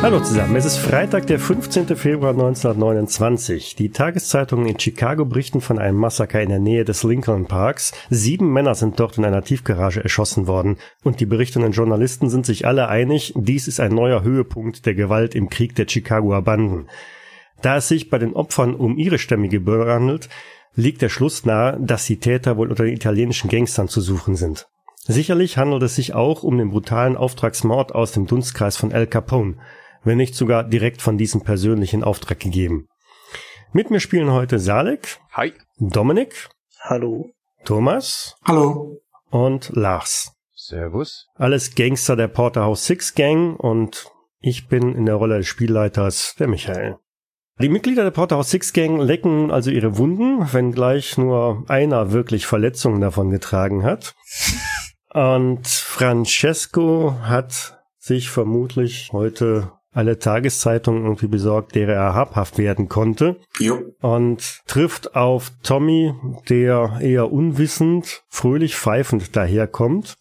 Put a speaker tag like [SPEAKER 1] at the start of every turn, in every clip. [SPEAKER 1] Hallo zusammen, es ist Freitag, der 15. Februar 1929. Die Tageszeitungen in Chicago berichten von einem Massaker in der Nähe des Lincoln Parks. Sieben Männer sind dort in einer Tiefgarage erschossen worden. Und die berichtenden Journalisten sind sich alle einig, dies ist ein neuer Höhepunkt der Gewalt im Krieg der Chicagoer Banden. Da es sich bei den Opfern um irischstämmige Bürger handelt, liegt der Schluss nahe, dass die Täter wohl unter den italienischen Gangstern zu suchen sind. Sicherlich handelt es sich auch um den brutalen Auftragsmord aus dem Dunstkreis von Al Capone, wenn nicht sogar direkt von diesem persönlichen Auftrag gegeben. Mit mir spielen heute Salek,
[SPEAKER 2] Hi.
[SPEAKER 1] Dominik,
[SPEAKER 3] Hallo.
[SPEAKER 1] Thomas
[SPEAKER 3] Hallo.
[SPEAKER 1] und Lars.
[SPEAKER 2] Servus.
[SPEAKER 1] Alles Gangster der Porterhouse Six Gang und ich bin in der Rolle des Spielleiters, der Michael. Die Mitglieder der Porterhouse Six Gang lecken nun also ihre Wunden, wenngleich nur einer wirklich Verletzungen davon getragen hat. Und Francesco hat sich vermutlich heute alle Tageszeitungen irgendwie besorgt, derer er habhaft werden konnte
[SPEAKER 4] Jo.
[SPEAKER 1] und trifft auf Tommy, der eher unwissend, fröhlich pfeifend daherkommt,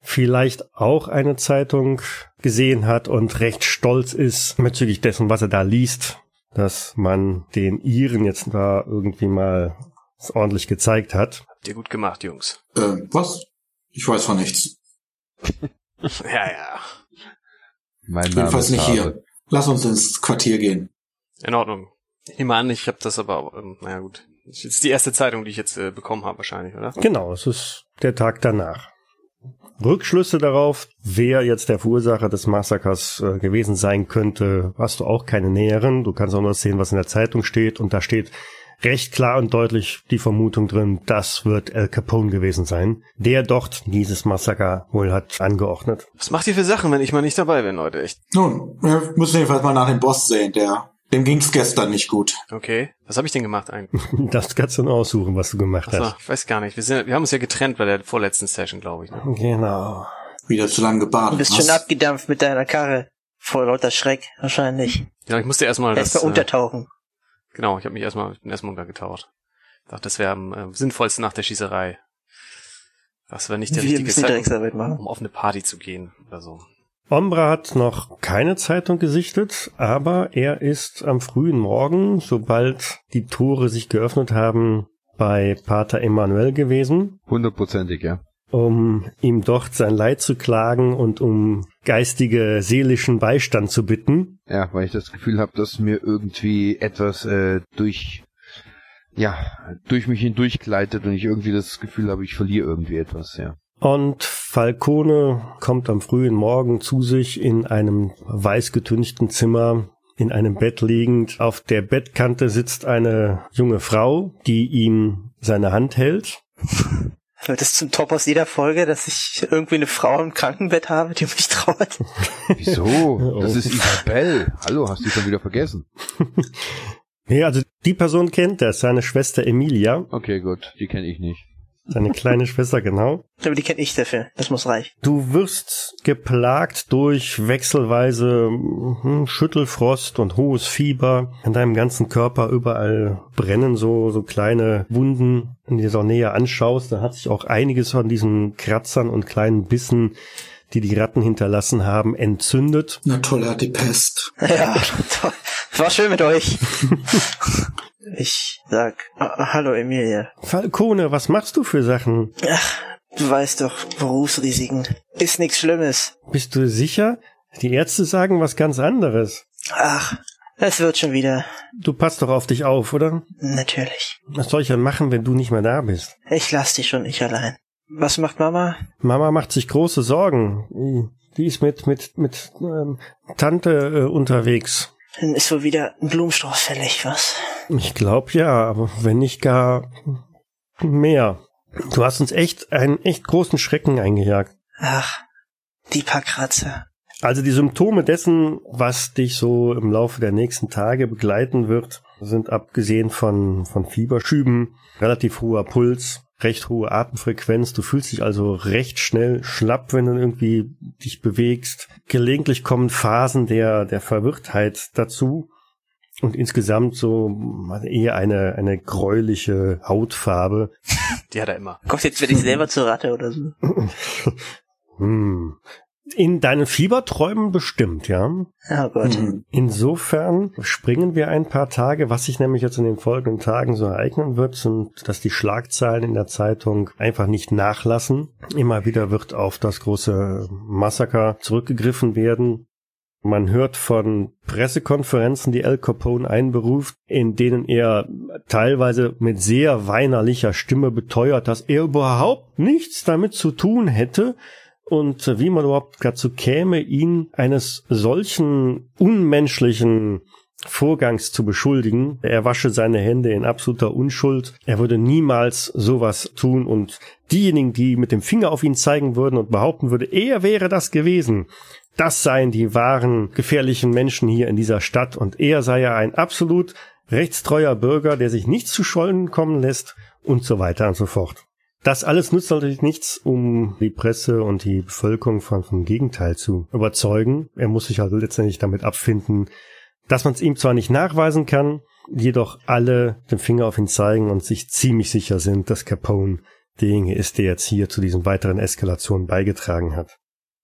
[SPEAKER 1] vielleicht auch eine Zeitung gesehen hat und recht stolz ist bezüglich dessen, was er da liest, dass man den Iren jetzt da irgendwie mal es ordentlich gezeigt hat.
[SPEAKER 2] Habt ihr gut gemacht, Jungs.
[SPEAKER 4] Äh, was? Ich weiß von nichts.
[SPEAKER 2] Ja, ja.
[SPEAKER 5] Mein Name
[SPEAKER 4] Jedenfalls
[SPEAKER 5] ist
[SPEAKER 4] nicht
[SPEAKER 5] Hase.
[SPEAKER 4] hier. Lass uns ins Quartier gehen.
[SPEAKER 2] In Ordnung. Ich nehme an, ich habe das aber, ähm, naja gut. Das ist jetzt die erste Zeitung, die ich jetzt äh, bekommen habe wahrscheinlich, oder?
[SPEAKER 1] Genau, es ist der Tag danach. Rückschlüsse darauf, wer jetzt der Verursacher des Massakers äh, gewesen sein könnte, hast du auch keine näheren. Du kannst auch nur sehen, was in der Zeitung steht. Und da steht recht klar und deutlich die Vermutung drin, das wird Al Capone gewesen sein, der dort dieses Massaker wohl hat angeordnet.
[SPEAKER 2] Was macht ihr für Sachen, wenn ich mal nicht dabei bin, Leute? Echt?
[SPEAKER 4] Nun, wir müssen jedenfalls mal nach dem Boss sehen. Der, dem ging's gestern nicht gut.
[SPEAKER 2] Okay. Was habe ich denn gemacht eigentlich?
[SPEAKER 1] Das kannst du nur aussuchen, was du gemacht
[SPEAKER 2] Achso,
[SPEAKER 1] hast.
[SPEAKER 2] ich weiß gar nicht. Wir, sind, wir haben uns ja getrennt bei der vorletzten Session, glaube ich. Ne?
[SPEAKER 1] Genau.
[SPEAKER 4] Wieder zu lange
[SPEAKER 3] Du
[SPEAKER 4] gebadet.
[SPEAKER 3] bist schon
[SPEAKER 4] hast.
[SPEAKER 3] abgedampft mit deiner Karre. Vor lauter Schreck, wahrscheinlich.
[SPEAKER 2] Genau, ich musste erstmal das.
[SPEAKER 3] Erstmal
[SPEAKER 2] äh,
[SPEAKER 3] untertauchen.
[SPEAKER 2] genau, ich habe mich erstmal, ich bin erstmal untergetaucht. Dachte, das wäre am äh, sinnvollsten nach der Schießerei. Das wäre nicht der
[SPEAKER 3] Wir
[SPEAKER 2] richtige
[SPEAKER 3] müssen die
[SPEAKER 2] Zeitpunkt,
[SPEAKER 3] Drecksarbeit machen.
[SPEAKER 2] um auf eine Party zu gehen oder so.
[SPEAKER 1] Ombra hat noch keine Zeitung gesichtet, aber er ist am frühen Morgen, sobald die Tore sich geöffnet haben, bei Pater Emanuel gewesen,
[SPEAKER 5] Hundertprozentig, ja.
[SPEAKER 1] um ihm dort sein Leid zu klagen und um geistige, seelischen Beistand zu bitten.
[SPEAKER 5] Ja, weil ich das Gefühl habe, dass mir irgendwie etwas äh, durch ja, durch mich hindurchgleitet und ich irgendwie das Gefühl habe, ich verliere irgendwie etwas, ja.
[SPEAKER 1] Und Falcone kommt am frühen Morgen zu sich in einem weiß getünchten Zimmer, in einem Bett liegend. Auf der Bettkante sitzt eine junge Frau, die ihm seine Hand hält.
[SPEAKER 3] Wird es zum Top aus jeder Folge, dass ich irgendwie eine Frau im Krankenbett habe, die mich trauert?
[SPEAKER 5] Wieso?
[SPEAKER 4] Oh.
[SPEAKER 5] Das ist Isabel. Hallo, hast du schon wieder vergessen?
[SPEAKER 1] Nee, also die Person kennt er, seine Schwester Emilia,
[SPEAKER 5] Okay, gut, die kenne ich nicht.
[SPEAKER 1] seine kleine Schwester genau.
[SPEAKER 3] Aber die kenne ich dafür. Das muss reichen.
[SPEAKER 1] Du wirst geplagt durch wechselweise hm, Schüttelfrost und hohes Fieber. An deinem ganzen Körper überall brennen so, so kleine Wunden. Wenn du dir so näher anschaust, da hat sich auch einiges von diesen Kratzern und kleinen Bissen, die die Ratten hinterlassen haben, entzündet.
[SPEAKER 4] Na toll, er hat die Pest.
[SPEAKER 3] Ja, toll. war schön mit euch. Ich sag, ah, hallo Emilia.
[SPEAKER 1] Falcone, was machst du für Sachen?
[SPEAKER 3] Du weißt doch, Berufsrisiken. Ist nichts Schlimmes.
[SPEAKER 1] Bist du sicher? Die Ärzte sagen was ganz anderes.
[SPEAKER 3] Ach, es wird schon wieder.
[SPEAKER 1] Du passt doch auf dich auf, oder?
[SPEAKER 3] Natürlich.
[SPEAKER 1] Was soll ich denn machen, wenn du nicht mehr da bist?
[SPEAKER 3] Ich lass dich schon nicht allein. Was macht Mama?
[SPEAKER 1] Mama macht sich große Sorgen. Die ist mit mit mit ähm, Tante äh, unterwegs.
[SPEAKER 3] Dann ist wohl wieder ein Blumenstrauß fällig, was?
[SPEAKER 1] Ich glaube ja, aber wenn nicht gar mehr. Du hast uns echt einen echt großen Schrecken eingejagt.
[SPEAKER 3] Ach, die paar Kratzer.
[SPEAKER 1] Also die Symptome dessen, was dich so im Laufe der nächsten Tage begleiten wird, sind abgesehen von, von Fieberschüben, relativ hoher Puls, recht hohe Atemfrequenz. Du fühlst dich also recht schnell schlapp, wenn du irgendwie dich bewegst. Gelegentlich kommen Phasen der, der Verwirrtheit dazu. Und insgesamt so eher eine, eine gräuliche Hautfarbe.
[SPEAKER 2] Die hat er immer.
[SPEAKER 3] Kommt jetzt werde ich selber zur Ratte oder so.
[SPEAKER 1] Hm. In deinen Fieberträumen bestimmt, ja.
[SPEAKER 3] Oh Gott.
[SPEAKER 4] Hm.
[SPEAKER 1] Insofern springen wir ein paar Tage, was sich nämlich jetzt in den folgenden Tagen so ereignen wird und dass die Schlagzeilen in der Zeitung einfach nicht nachlassen. Immer wieder wird auf das große Massaker zurückgegriffen werden. Man hört von Pressekonferenzen, die Al Capone einberuft, in denen er teilweise mit sehr weinerlicher Stimme beteuert, dass er überhaupt nichts damit zu tun hätte, und äh, wie man überhaupt dazu käme, ihn eines solchen unmenschlichen Vorgangs zu beschuldigen. Er wasche seine Hände in absoluter Unschuld. Er würde niemals sowas tun und diejenigen, die mit dem Finger auf ihn zeigen würden und behaupten würde, er wäre das gewesen. Das seien die wahren gefährlichen Menschen hier in dieser Stadt und er sei ja ein absolut rechtstreuer Bürger, der sich nichts zu Schulden kommen lässt und so weiter und so fort. Das alles nützt natürlich nichts, um die Presse und die Bevölkerung von, vom Gegenteil zu überzeugen. Er muss sich halt letztendlich damit abfinden, dass man es ihm zwar nicht nachweisen kann, jedoch alle den Finger auf ihn zeigen und sich ziemlich sicher sind, dass Capone derjenige ist, der jetzt hier zu diesen weiteren Eskalationen beigetragen hat.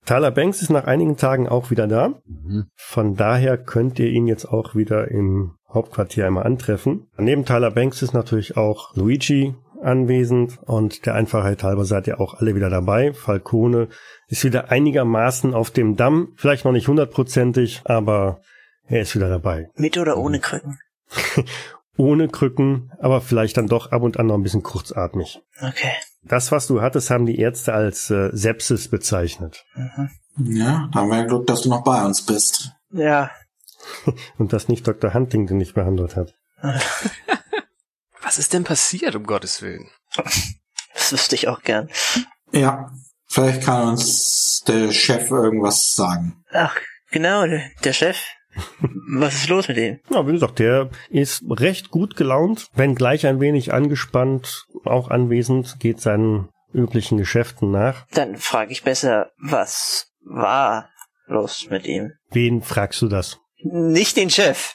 [SPEAKER 1] Tyler Banks ist nach einigen Tagen auch wieder da.
[SPEAKER 5] Mhm.
[SPEAKER 1] Von daher könnt ihr ihn jetzt auch wieder im Hauptquartier einmal antreffen. Neben Tyler Banks ist natürlich auch Luigi anwesend und der Einfachheit halber seid ihr auch alle wieder dabei. Falcone ist wieder einigermaßen auf dem Damm, vielleicht noch nicht hundertprozentig, aber er ist wieder dabei.
[SPEAKER 3] Mit oder ohne Krücken?
[SPEAKER 1] Ohne Krücken, aber vielleicht dann doch ab und an noch ein bisschen kurzatmig.
[SPEAKER 3] Okay.
[SPEAKER 1] Das, was du hattest, haben die Ärzte als äh, Sepsis bezeichnet.
[SPEAKER 3] Mhm.
[SPEAKER 4] Ja, da haben wir Glück, dass du noch bei uns bist.
[SPEAKER 3] Ja.
[SPEAKER 1] Und dass nicht Dr. Huntington nicht behandelt hat.
[SPEAKER 2] Was ist denn passiert, um Gottes Willen?
[SPEAKER 3] Das wüsste ich auch gern.
[SPEAKER 4] Ja, vielleicht kann uns der Chef irgendwas sagen.
[SPEAKER 3] Ach, genau, der der Chef. Was ist los mit ihm?
[SPEAKER 1] Ja, wie gesagt, der ist recht gut gelaunt, wenn gleich ein wenig angespannt, auch anwesend, geht seinen üblichen Geschäften nach.
[SPEAKER 3] Dann frage ich besser, was war los mit ihm?
[SPEAKER 1] Wen fragst du das?
[SPEAKER 3] Nicht den Chef.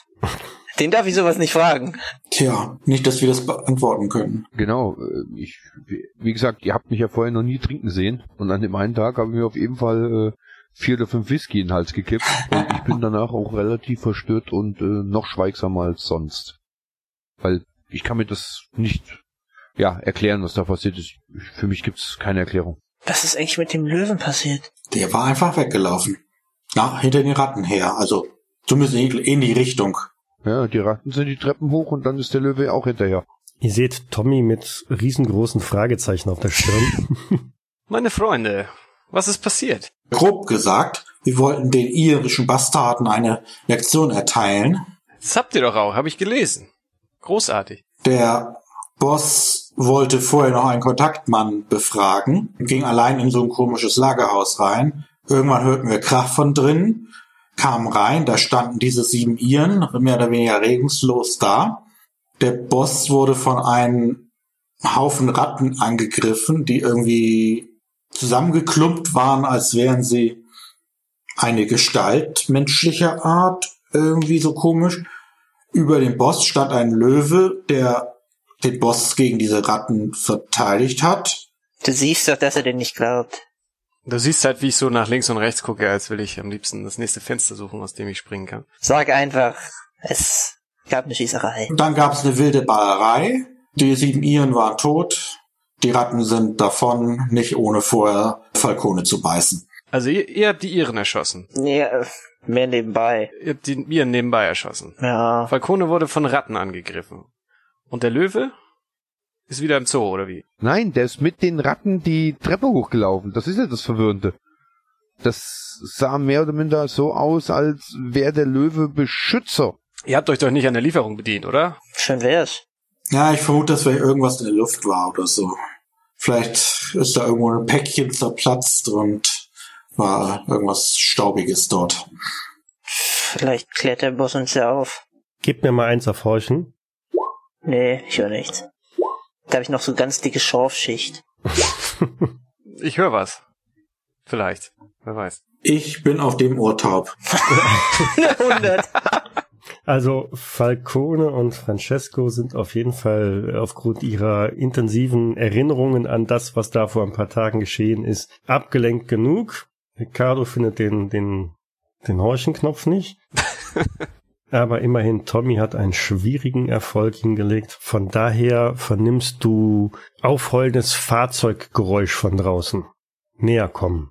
[SPEAKER 3] Den darf ich sowas nicht fragen.
[SPEAKER 4] Tja, nicht, dass wir das beantworten können.
[SPEAKER 5] Genau, äh, ich, wie- wie gesagt, ihr habt mich ja vorher noch nie trinken sehen und an dem einen Tag habe ich mir auf jeden Fall äh, vier oder fünf Whisky in den Hals gekippt und ich bin danach auch relativ verstört und äh, noch schweigsamer als sonst. Weil ich kann mir das nicht ja, erklären, was da passiert ist. Ich- Für mich gibt's keine Erklärung.
[SPEAKER 3] Was ist eigentlich mit dem Löwen passiert?
[SPEAKER 4] Der war einfach weggelaufen. Na, hinter den Ratten her. Also, zumindest in die- in die Richtung.
[SPEAKER 5] Ja, die Ratten sind die Treppen hoch und dann ist der Löwe auch hinterher.
[SPEAKER 1] Ihr seht Tommy mit riesengroßen Fragezeichen auf der Stirn.
[SPEAKER 2] Meine Freunde, was ist passiert?
[SPEAKER 4] Grob gesagt, wir wollten den irischen Bastarden eine Lektion erteilen.
[SPEAKER 2] Das habt ihr doch auch, habe ich gelesen. Großartig.
[SPEAKER 4] Der Boss wollte vorher noch einen Kontaktmann befragen, ging allein in so ein komisches Lagerhaus rein. Irgendwann hörten wir Krach von drinnen, kamen rein, da standen diese sieben Iren mehr oder weniger regungslos da. Der Boss wurde von einem Haufen Ratten angegriffen, die irgendwie zusammengeklumpt waren, als wären sie eine Gestalt menschlicher Art, irgendwie so komisch. Über dem Boss stand ein Löwe, der den Boss gegen diese Ratten verteidigt hat.
[SPEAKER 3] Du siehst doch, dass er den nicht glaubt.
[SPEAKER 2] Du siehst halt, wie ich so nach links und rechts gucke, als will ich am liebsten das nächste Fenster suchen, aus dem ich springen kann.
[SPEAKER 3] Sag einfach, es gab eine Schießerei.
[SPEAKER 4] Und dann gab es eine wilde Ballerei. Die sieben Iren waren tot. Die Ratten sind davon, nicht ohne vorher Falkone zu beißen.
[SPEAKER 2] Also ihr, ihr habt die Iren erschossen.
[SPEAKER 3] Nee, äh, mehr nebenbei.
[SPEAKER 2] Ihr habt die Iren nebenbei erschossen.
[SPEAKER 3] Ja,
[SPEAKER 2] Falcone wurde von Ratten angegriffen. Und der Löwe ist wieder im Zoo, oder wie?
[SPEAKER 5] Nein, der ist mit den Ratten die Treppe hochgelaufen. Das ist ja das Verwirrende. Das sah mehr oder minder so aus, als wäre der Löwe Beschützer.
[SPEAKER 2] Ihr habt euch doch nicht an der Lieferung bedient, oder?
[SPEAKER 3] schön wär's.
[SPEAKER 4] Ja, ich vermute, dass vielleicht irgendwas in der Luft war oder so. Vielleicht ist da irgendwo ein Päckchen zerplatzt und war irgendwas Staubiges dort.
[SPEAKER 3] Vielleicht klärt der Boss uns ja auf.
[SPEAKER 1] Gebt mir mal eins auf Horchen.
[SPEAKER 3] Nee, ich höre nichts. Da habe ich noch so ganz dicke Schorfschicht.
[SPEAKER 2] Ich höre was. Vielleicht. Wer weiß.
[SPEAKER 4] Ich bin auf dem Ohr taub.
[SPEAKER 3] 100.
[SPEAKER 1] Also Falcone und Francesco sind auf jeden Fall äh, aufgrund ihrer intensiven Erinnerungen an das, was da vor ein paar Tagen geschehen ist, abgelenkt genug. Ricardo findet den, den, den Horchenknopf nicht. Aber immerhin, Tommy hat einen schwierigen Erfolg hingelegt. Von daher vernimmst du aufheulendes Fahrzeuggeräusch von draußen. Näher kommen.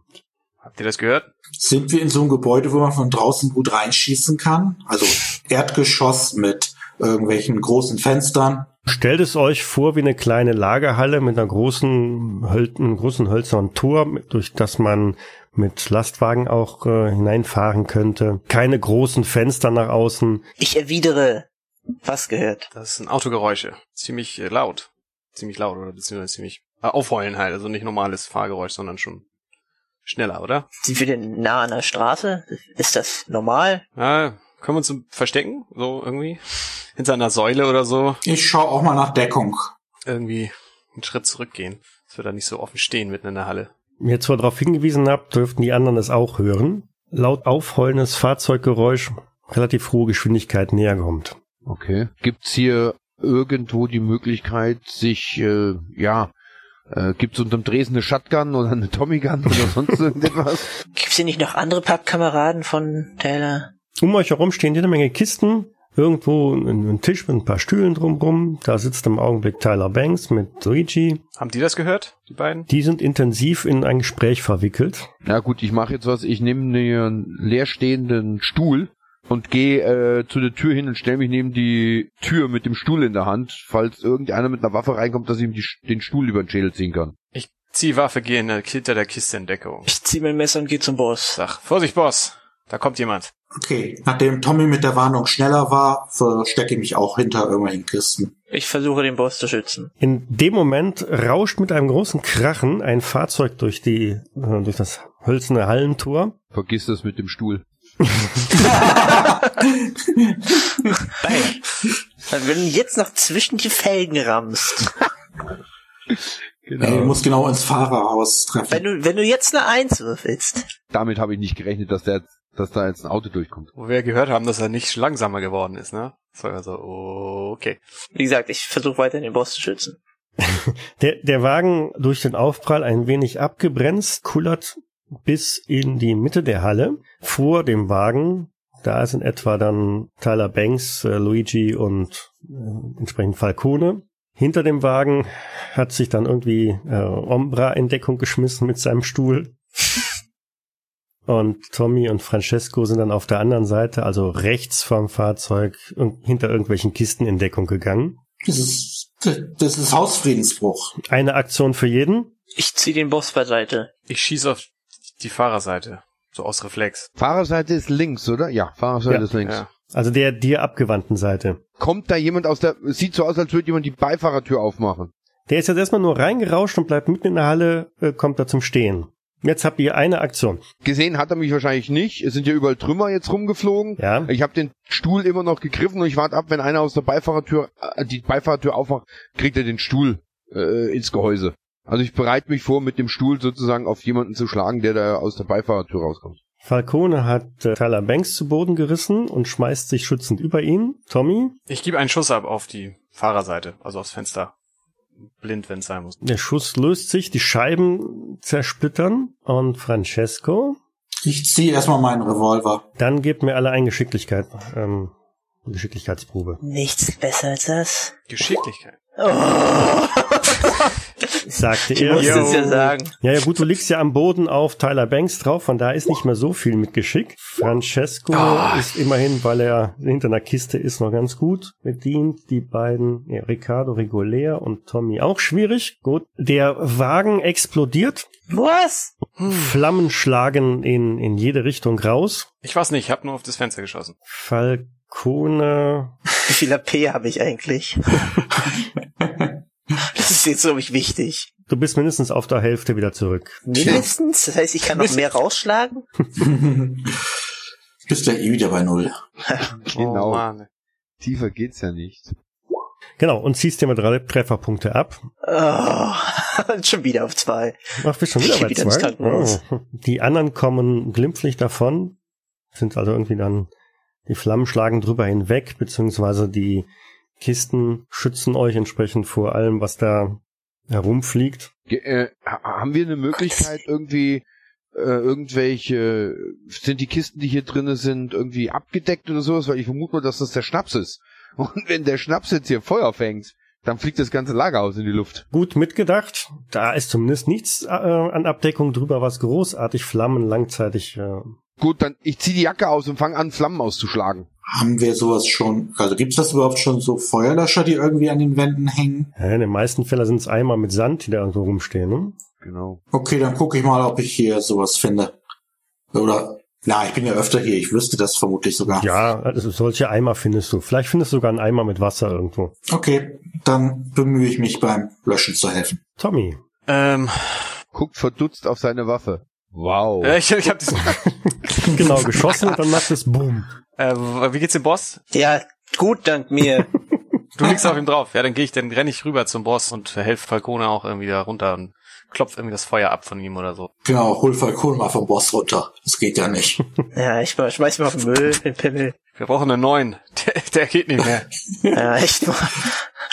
[SPEAKER 2] Habt ihr das gehört?
[SPEAKER 4] Sind wir in so einem Gebäude, wo man von draußen gut reinschießen kann? Also Erdgeschoss mit irgendwelchen großen Fenstern.
[SPEAKER 1] Stellt es euch vor wie eine kleine Lagerhalle mit einer großen, Höl einem großen hölzernen Tor, durch das man mit Lastwagen auch äh, hineinfahren könnte. Keine großen Fenster nach außen.
[SPEAKER 3] Ich erwidere, was gehört.
[SPEAKER 2] Das sind Autogeräusche. Ziemlich äh, laut. Ziemlich laut, oder beziehungsweise ziemlich äh, aufheulen halt. Also nicht normales Fahrgeräusch, sondern schon schneller, oder?
[SPEAKER 3] Sind wir denn nah an der Straße? Ist das normal?
[SPEAKER 2] Ah, können wir uns verstecken? So irgendwie? Hinter einer Säule oder so?
[SPEAKER 4] Ich schaue auch mal nach Deckung.
[SPEAKER 2] Irgendwie einen Schritt zurückgehen. Dass wir da nicht so offen stehen mitten in der Halle.
[SPEAKER 1] Jetzt, wo ihr darauf hingewiesen habt, dürften die anderen es auch hören. Laut aufheulendes Fahrzeuggeräusch relativ hohe Geschwindigkeit näher kommt.
[SPEAKER 5] Okay. Gibt's hier irgendwo die Möglichkeit, sich, äh, ja, äh, gibt's unterm Dresden eine Shotgun oder eine Tommygun oder sonst irgendetwas?
[SPEAKER 3] Gibt's hier nicht noch andere Pappkameraden von Taylor?
[SPEAKER 1] Um euch herum stehen jede Menge Kisten. Irgendwo ein ein Tisch mit ein paar Stühlen drumrum. Da sitzt im Augenblick Tyler Banks mit Luigi.
[SPEAKER 2] Haben die das gehört? Die beiden?
[SPEAKER 1] Die sind intensiv in ein Gespräch verwickelt.
[SPEAKER 5] Na gut, ich mache jetzt was. Ich nehme den leerstehenden Stuhl und gehe äh, zu der Tür hin und stelle mich neben die Tür mit dem Stuhl in der Hand, falls irgendeiner mit einer Waffe reinkommt, dass ich ihm die, den Stuhl über den Schädel ziehen kann.
[SPEAKER 2] Ich zieh Waffe, gehe in der, hinter der Kiste in Deckung.
[SPEAKER 3] Ich zieh mein Messer und geh zum Boss.
[SPEAKER 2] Sag, Vorsicht, Boss! Da kommt jemand.
[SPEAKER 4] Okay, nachdem Tommy mit der Warnung schneller war, verstecke ich mich auch hinter irgendwelchen Kisten.
[SPEAKER 3] Ich versuche den Boss zu schützen.
[SPEAKER 1] In dem Moment rauscht mit einem großen Krachen ein Fahrzeug durch die, äh, durch das hölzerne Hallentor.
[SPEAKER 5] Vergiss das mit dem Stuhl.
[SPEAKER 3] Bam. Wenn du jetzt noch zwischen die Felgen rammst.
[SPEAKER 4] Genau. Nee,
[SPEAKER 5] Äh,
[SPEAKER 4] muss genau ins Fahrerhaus treffen.
[SPEAKER 3] Wenn du, wenn du jetzt eine Eins würfelst.
[SPEAKER 5] Damit habe ich nicht gerechnet, dass, der, dass da jetzt ein Auto durchkommt.
[SPEAKER 2] Wo wir gehört haben, dass er nicht langsamer geworden ist, ne? Das war ja so, also, okay.
[SPEAKER 3] Wie gesagt, ich versuche weiterhin den Boss zu schützen.
[SPEAKER 1] Der, der Wagen durch den Aufprall ein wenig abgebremst, kullert bis in die Mitte der Halle. Vor dem Wagen, da sind etwa dann Tyler Banks, äh, Luigi und äh, entsprechend Falcone. Hinter dem Wagen hat sich dann irgendwie äh, Ombra in Deckung geschmissen mit seinem Stuhl. Und Tommy und Francesco sind dann auf der anderen Seite, also rechts vom Fahrzeug, und hinter irgendwelchen Kisten in Deckung gegangen.
[SPEAKER 4] Das ist, das ist Hausfriedensbruch.
[SPEAKER 1] Eine Aktion für jeden.
[SPEAKER 3] Ich zieh den Boss beiseite.
[SPEAKER 2] Ich schieße auf die Fahrerseite. So aus Reflex.
[SPEAKER 5] Fahrerseite ist links, oder? Ja, Fahrerseite
[SPEAKER 1] Ja,
[SPEAKER 5] ist links.
[SPEAKER 2] ja.
[SPEAKER 1] Also der dir abgewandten Seite.
[SPEAKER 5] Kommt da jemand aus der, es sieht so aus, als würde jemand die Beifahrertür aufmachen.
[SPEAKER 1] Der ist jetzt erstmal nur reingerauscht und bleibt mitten in der Halle, äh, kommt da zum Stehen. Jetzt habt ihr eine Aktion.
[SPEAKER 5] Gesehen hat er mich wahrscheinlich nicht. Es sind ja überall Trümmer jetzt rumgeflogen.
[SPEAKER 1] Ja.
[SPEAKER 5] Ich habe den Stuhl immer noch gegriffen und ich warte ab, wenn einer aus der Beifahrertür äh, die Beifahrertür aufmacht, kriegt er den Stuhl äh, ins Gehäuse. Also ich bereite mich vor, mit dem Stuhl sozusagen auf jemanden zu schlagen, der da aus der Beifahrertür rauskommt.
[SPEAKER 1] Falcone hat äh, Tyler Banks zu Boden gerissen und schmeißt sich schützend über ihn. Tommy,
[SPEAKER 2] Ich gebe einen Schuss ab auf die Fahrerseite, also aufs Fenster. Blind, wenn es sein muss.
[SPEAKER 1] der Schuss löst sich, die Scheiben zersplittern. Und Francesco,
[SPEAKER 4] Ich ziehe erstmal meinen Revolver.
[SPEAKER 1] dann gebt mir alle eine Geschicklichkeit, ähm, Geschicklichkeitsprobe.
[SPEAKER 3] Nichts besser als das.
[SPEAKER 2] Geschicklichkeit.
[SPEAKER 3] Oh.
[SPEAKER 1] Sagte
[SPEAKER 3] Ich
[SPEAKER 1] er.
[SPEAKER 3] muss es ja sagen.
[SPEAKER 1] Ja, ja, gut, du liegst ja am Boden auf Tyler Banks drauf, von da ist nicht mehr so viel mit Geschick. Francesco ist immerhin, weil er hinter einer Kiste ist, noch ganz gut bedient. Die beiden, ja, Riccardo Rigolea und Tommy auch schwierig. Gut. Der Wagen explodiert,
[SPEAKER 3] Was?
[SPEAKER 1] Flammen schlagen in, in jede Richtung raus.
[SPEAKER 2] Ich weiß nicht, ich habe nur auf das Fenster geschossen.
[SPEAKER 1] Falcone,
[SPEAKER 3] Wie viel AP habe ich eigentlich? das ist jetzt, glaube ich, wichtig.
[SPEAKER 1] du bist mindestens auf der Hälfte wieder zurück.
[SPEAKER 3] Mindestens? Das heißt, ich kann noch mehr rausschlagen?
[SPEAKER 4] Bist ja eh wieder bei Null.
[SPEAKER 5] Genau.
[SPEAKER 2] Oh, Mann.
[SPEAKER 5] Tiefer geht's ja nicht.
[SPEAKER 1] Genau, und ziehst dir mal drei Trefferpunkte ab.
[SPEAKER 3] Oh. Und schon wieder auf zwei.
[SPEAKER 1] Ach, bist schon wieder
[SPEAKER 3] Ich
[SPEAKER 1] bei
[SPEAKER 3] geh wieder ins
[SPEAKER 1] zwei.
[SPEAKER 3] Krankenhaus.
[SPEAKER 1] Oh. Die anderen kommen glimpflich davon, sind also irgendwie dann, die Flammen schlagen drüber hinweg, beziehungsweise die Kisten schützen euch entsprechend vor allem, was da herumfliegt.
[SPEAKER 5] Ge äh, ha- haben wir eine Möglichkeit, irgendwie äh, irgendwelche, sind die Kisten, die hier drinnen sind, irgendwie abgedeckt oder sowas, weil ich vermute nur, dass das der Schnaps ist. Und wenn der Schnaps jetzt hier Feuer fängt, dann fliegt das ganze Lagerhaus in die Luft.
[SPEAKER 1] Gut mitgedacht. Da ist zumindest nichts äh, an Abdeckung drüber, was großartig Flammen langzeitig. Äh,
[SPEAKER 5] Gut, dann ich zieh die Jacke aus und fange an, Flammen auszuschlagen.
[SPEAKER 4] Haben wir sowas schon, also gibt's das überhaupt schon so Feuerlöscher, die irgendwie an den Wänden hängen?
[SPEAKER 1] ja, in den meisten Fällen sind es Eimer mit Sand, die da irgendwo rumstehen. Ne?
[SPEAKER 5] Genau.
[SPEAKER 4] Okay, dann gucke ich mal, ob ich hier sowas finde. Oder, na, ich bin ja öfter hier, ich wüsste das vermutlich sogar.
[SPEAKER 1] Ja, also solche Eimer findest du. Vielleicht findest du sogar einen Eimer mit Wasser irgendwo.
[SPEAKER 4] Okay, dann bemühe ich mich beim Löschen zu helfen.
[SPEAKER 1] Tommy,
[SPEAKER 2] Ähm,
[SPEAKER 5] Guckt verdutzt auf seine Waffe. Wow.
[SPEAKER 2] äh, ich, ich hab diesen,
[SPEAKER 1] genau, geschossen und dann macht es Boom.
[SPEAKER 2] äh, wie geht's dem Boss?
[SPEAKER 3] Ja, gut, dank mir.
[SPEAKER 2] Du liegst auf ihm drauf. Ja, dann gehe ich, dann renne ich rüber zum Boss und helfe Falcone auch irgendwie da runter und klopf irgendwie das Feuer ab von ihm oder so.
[SPEAKER 4] Genau, hol Falcon mal vom Boss runter. Das geht ja nicht.
[SPEAKER 3] ja, ich mal- schmeiß mal auf den Müll, den Pimmel.
[SPEAKER 2] Wir brauchen einen neuen. Der, der geht nicht mehr.
[SPEAKER 3] Ja, echt mal.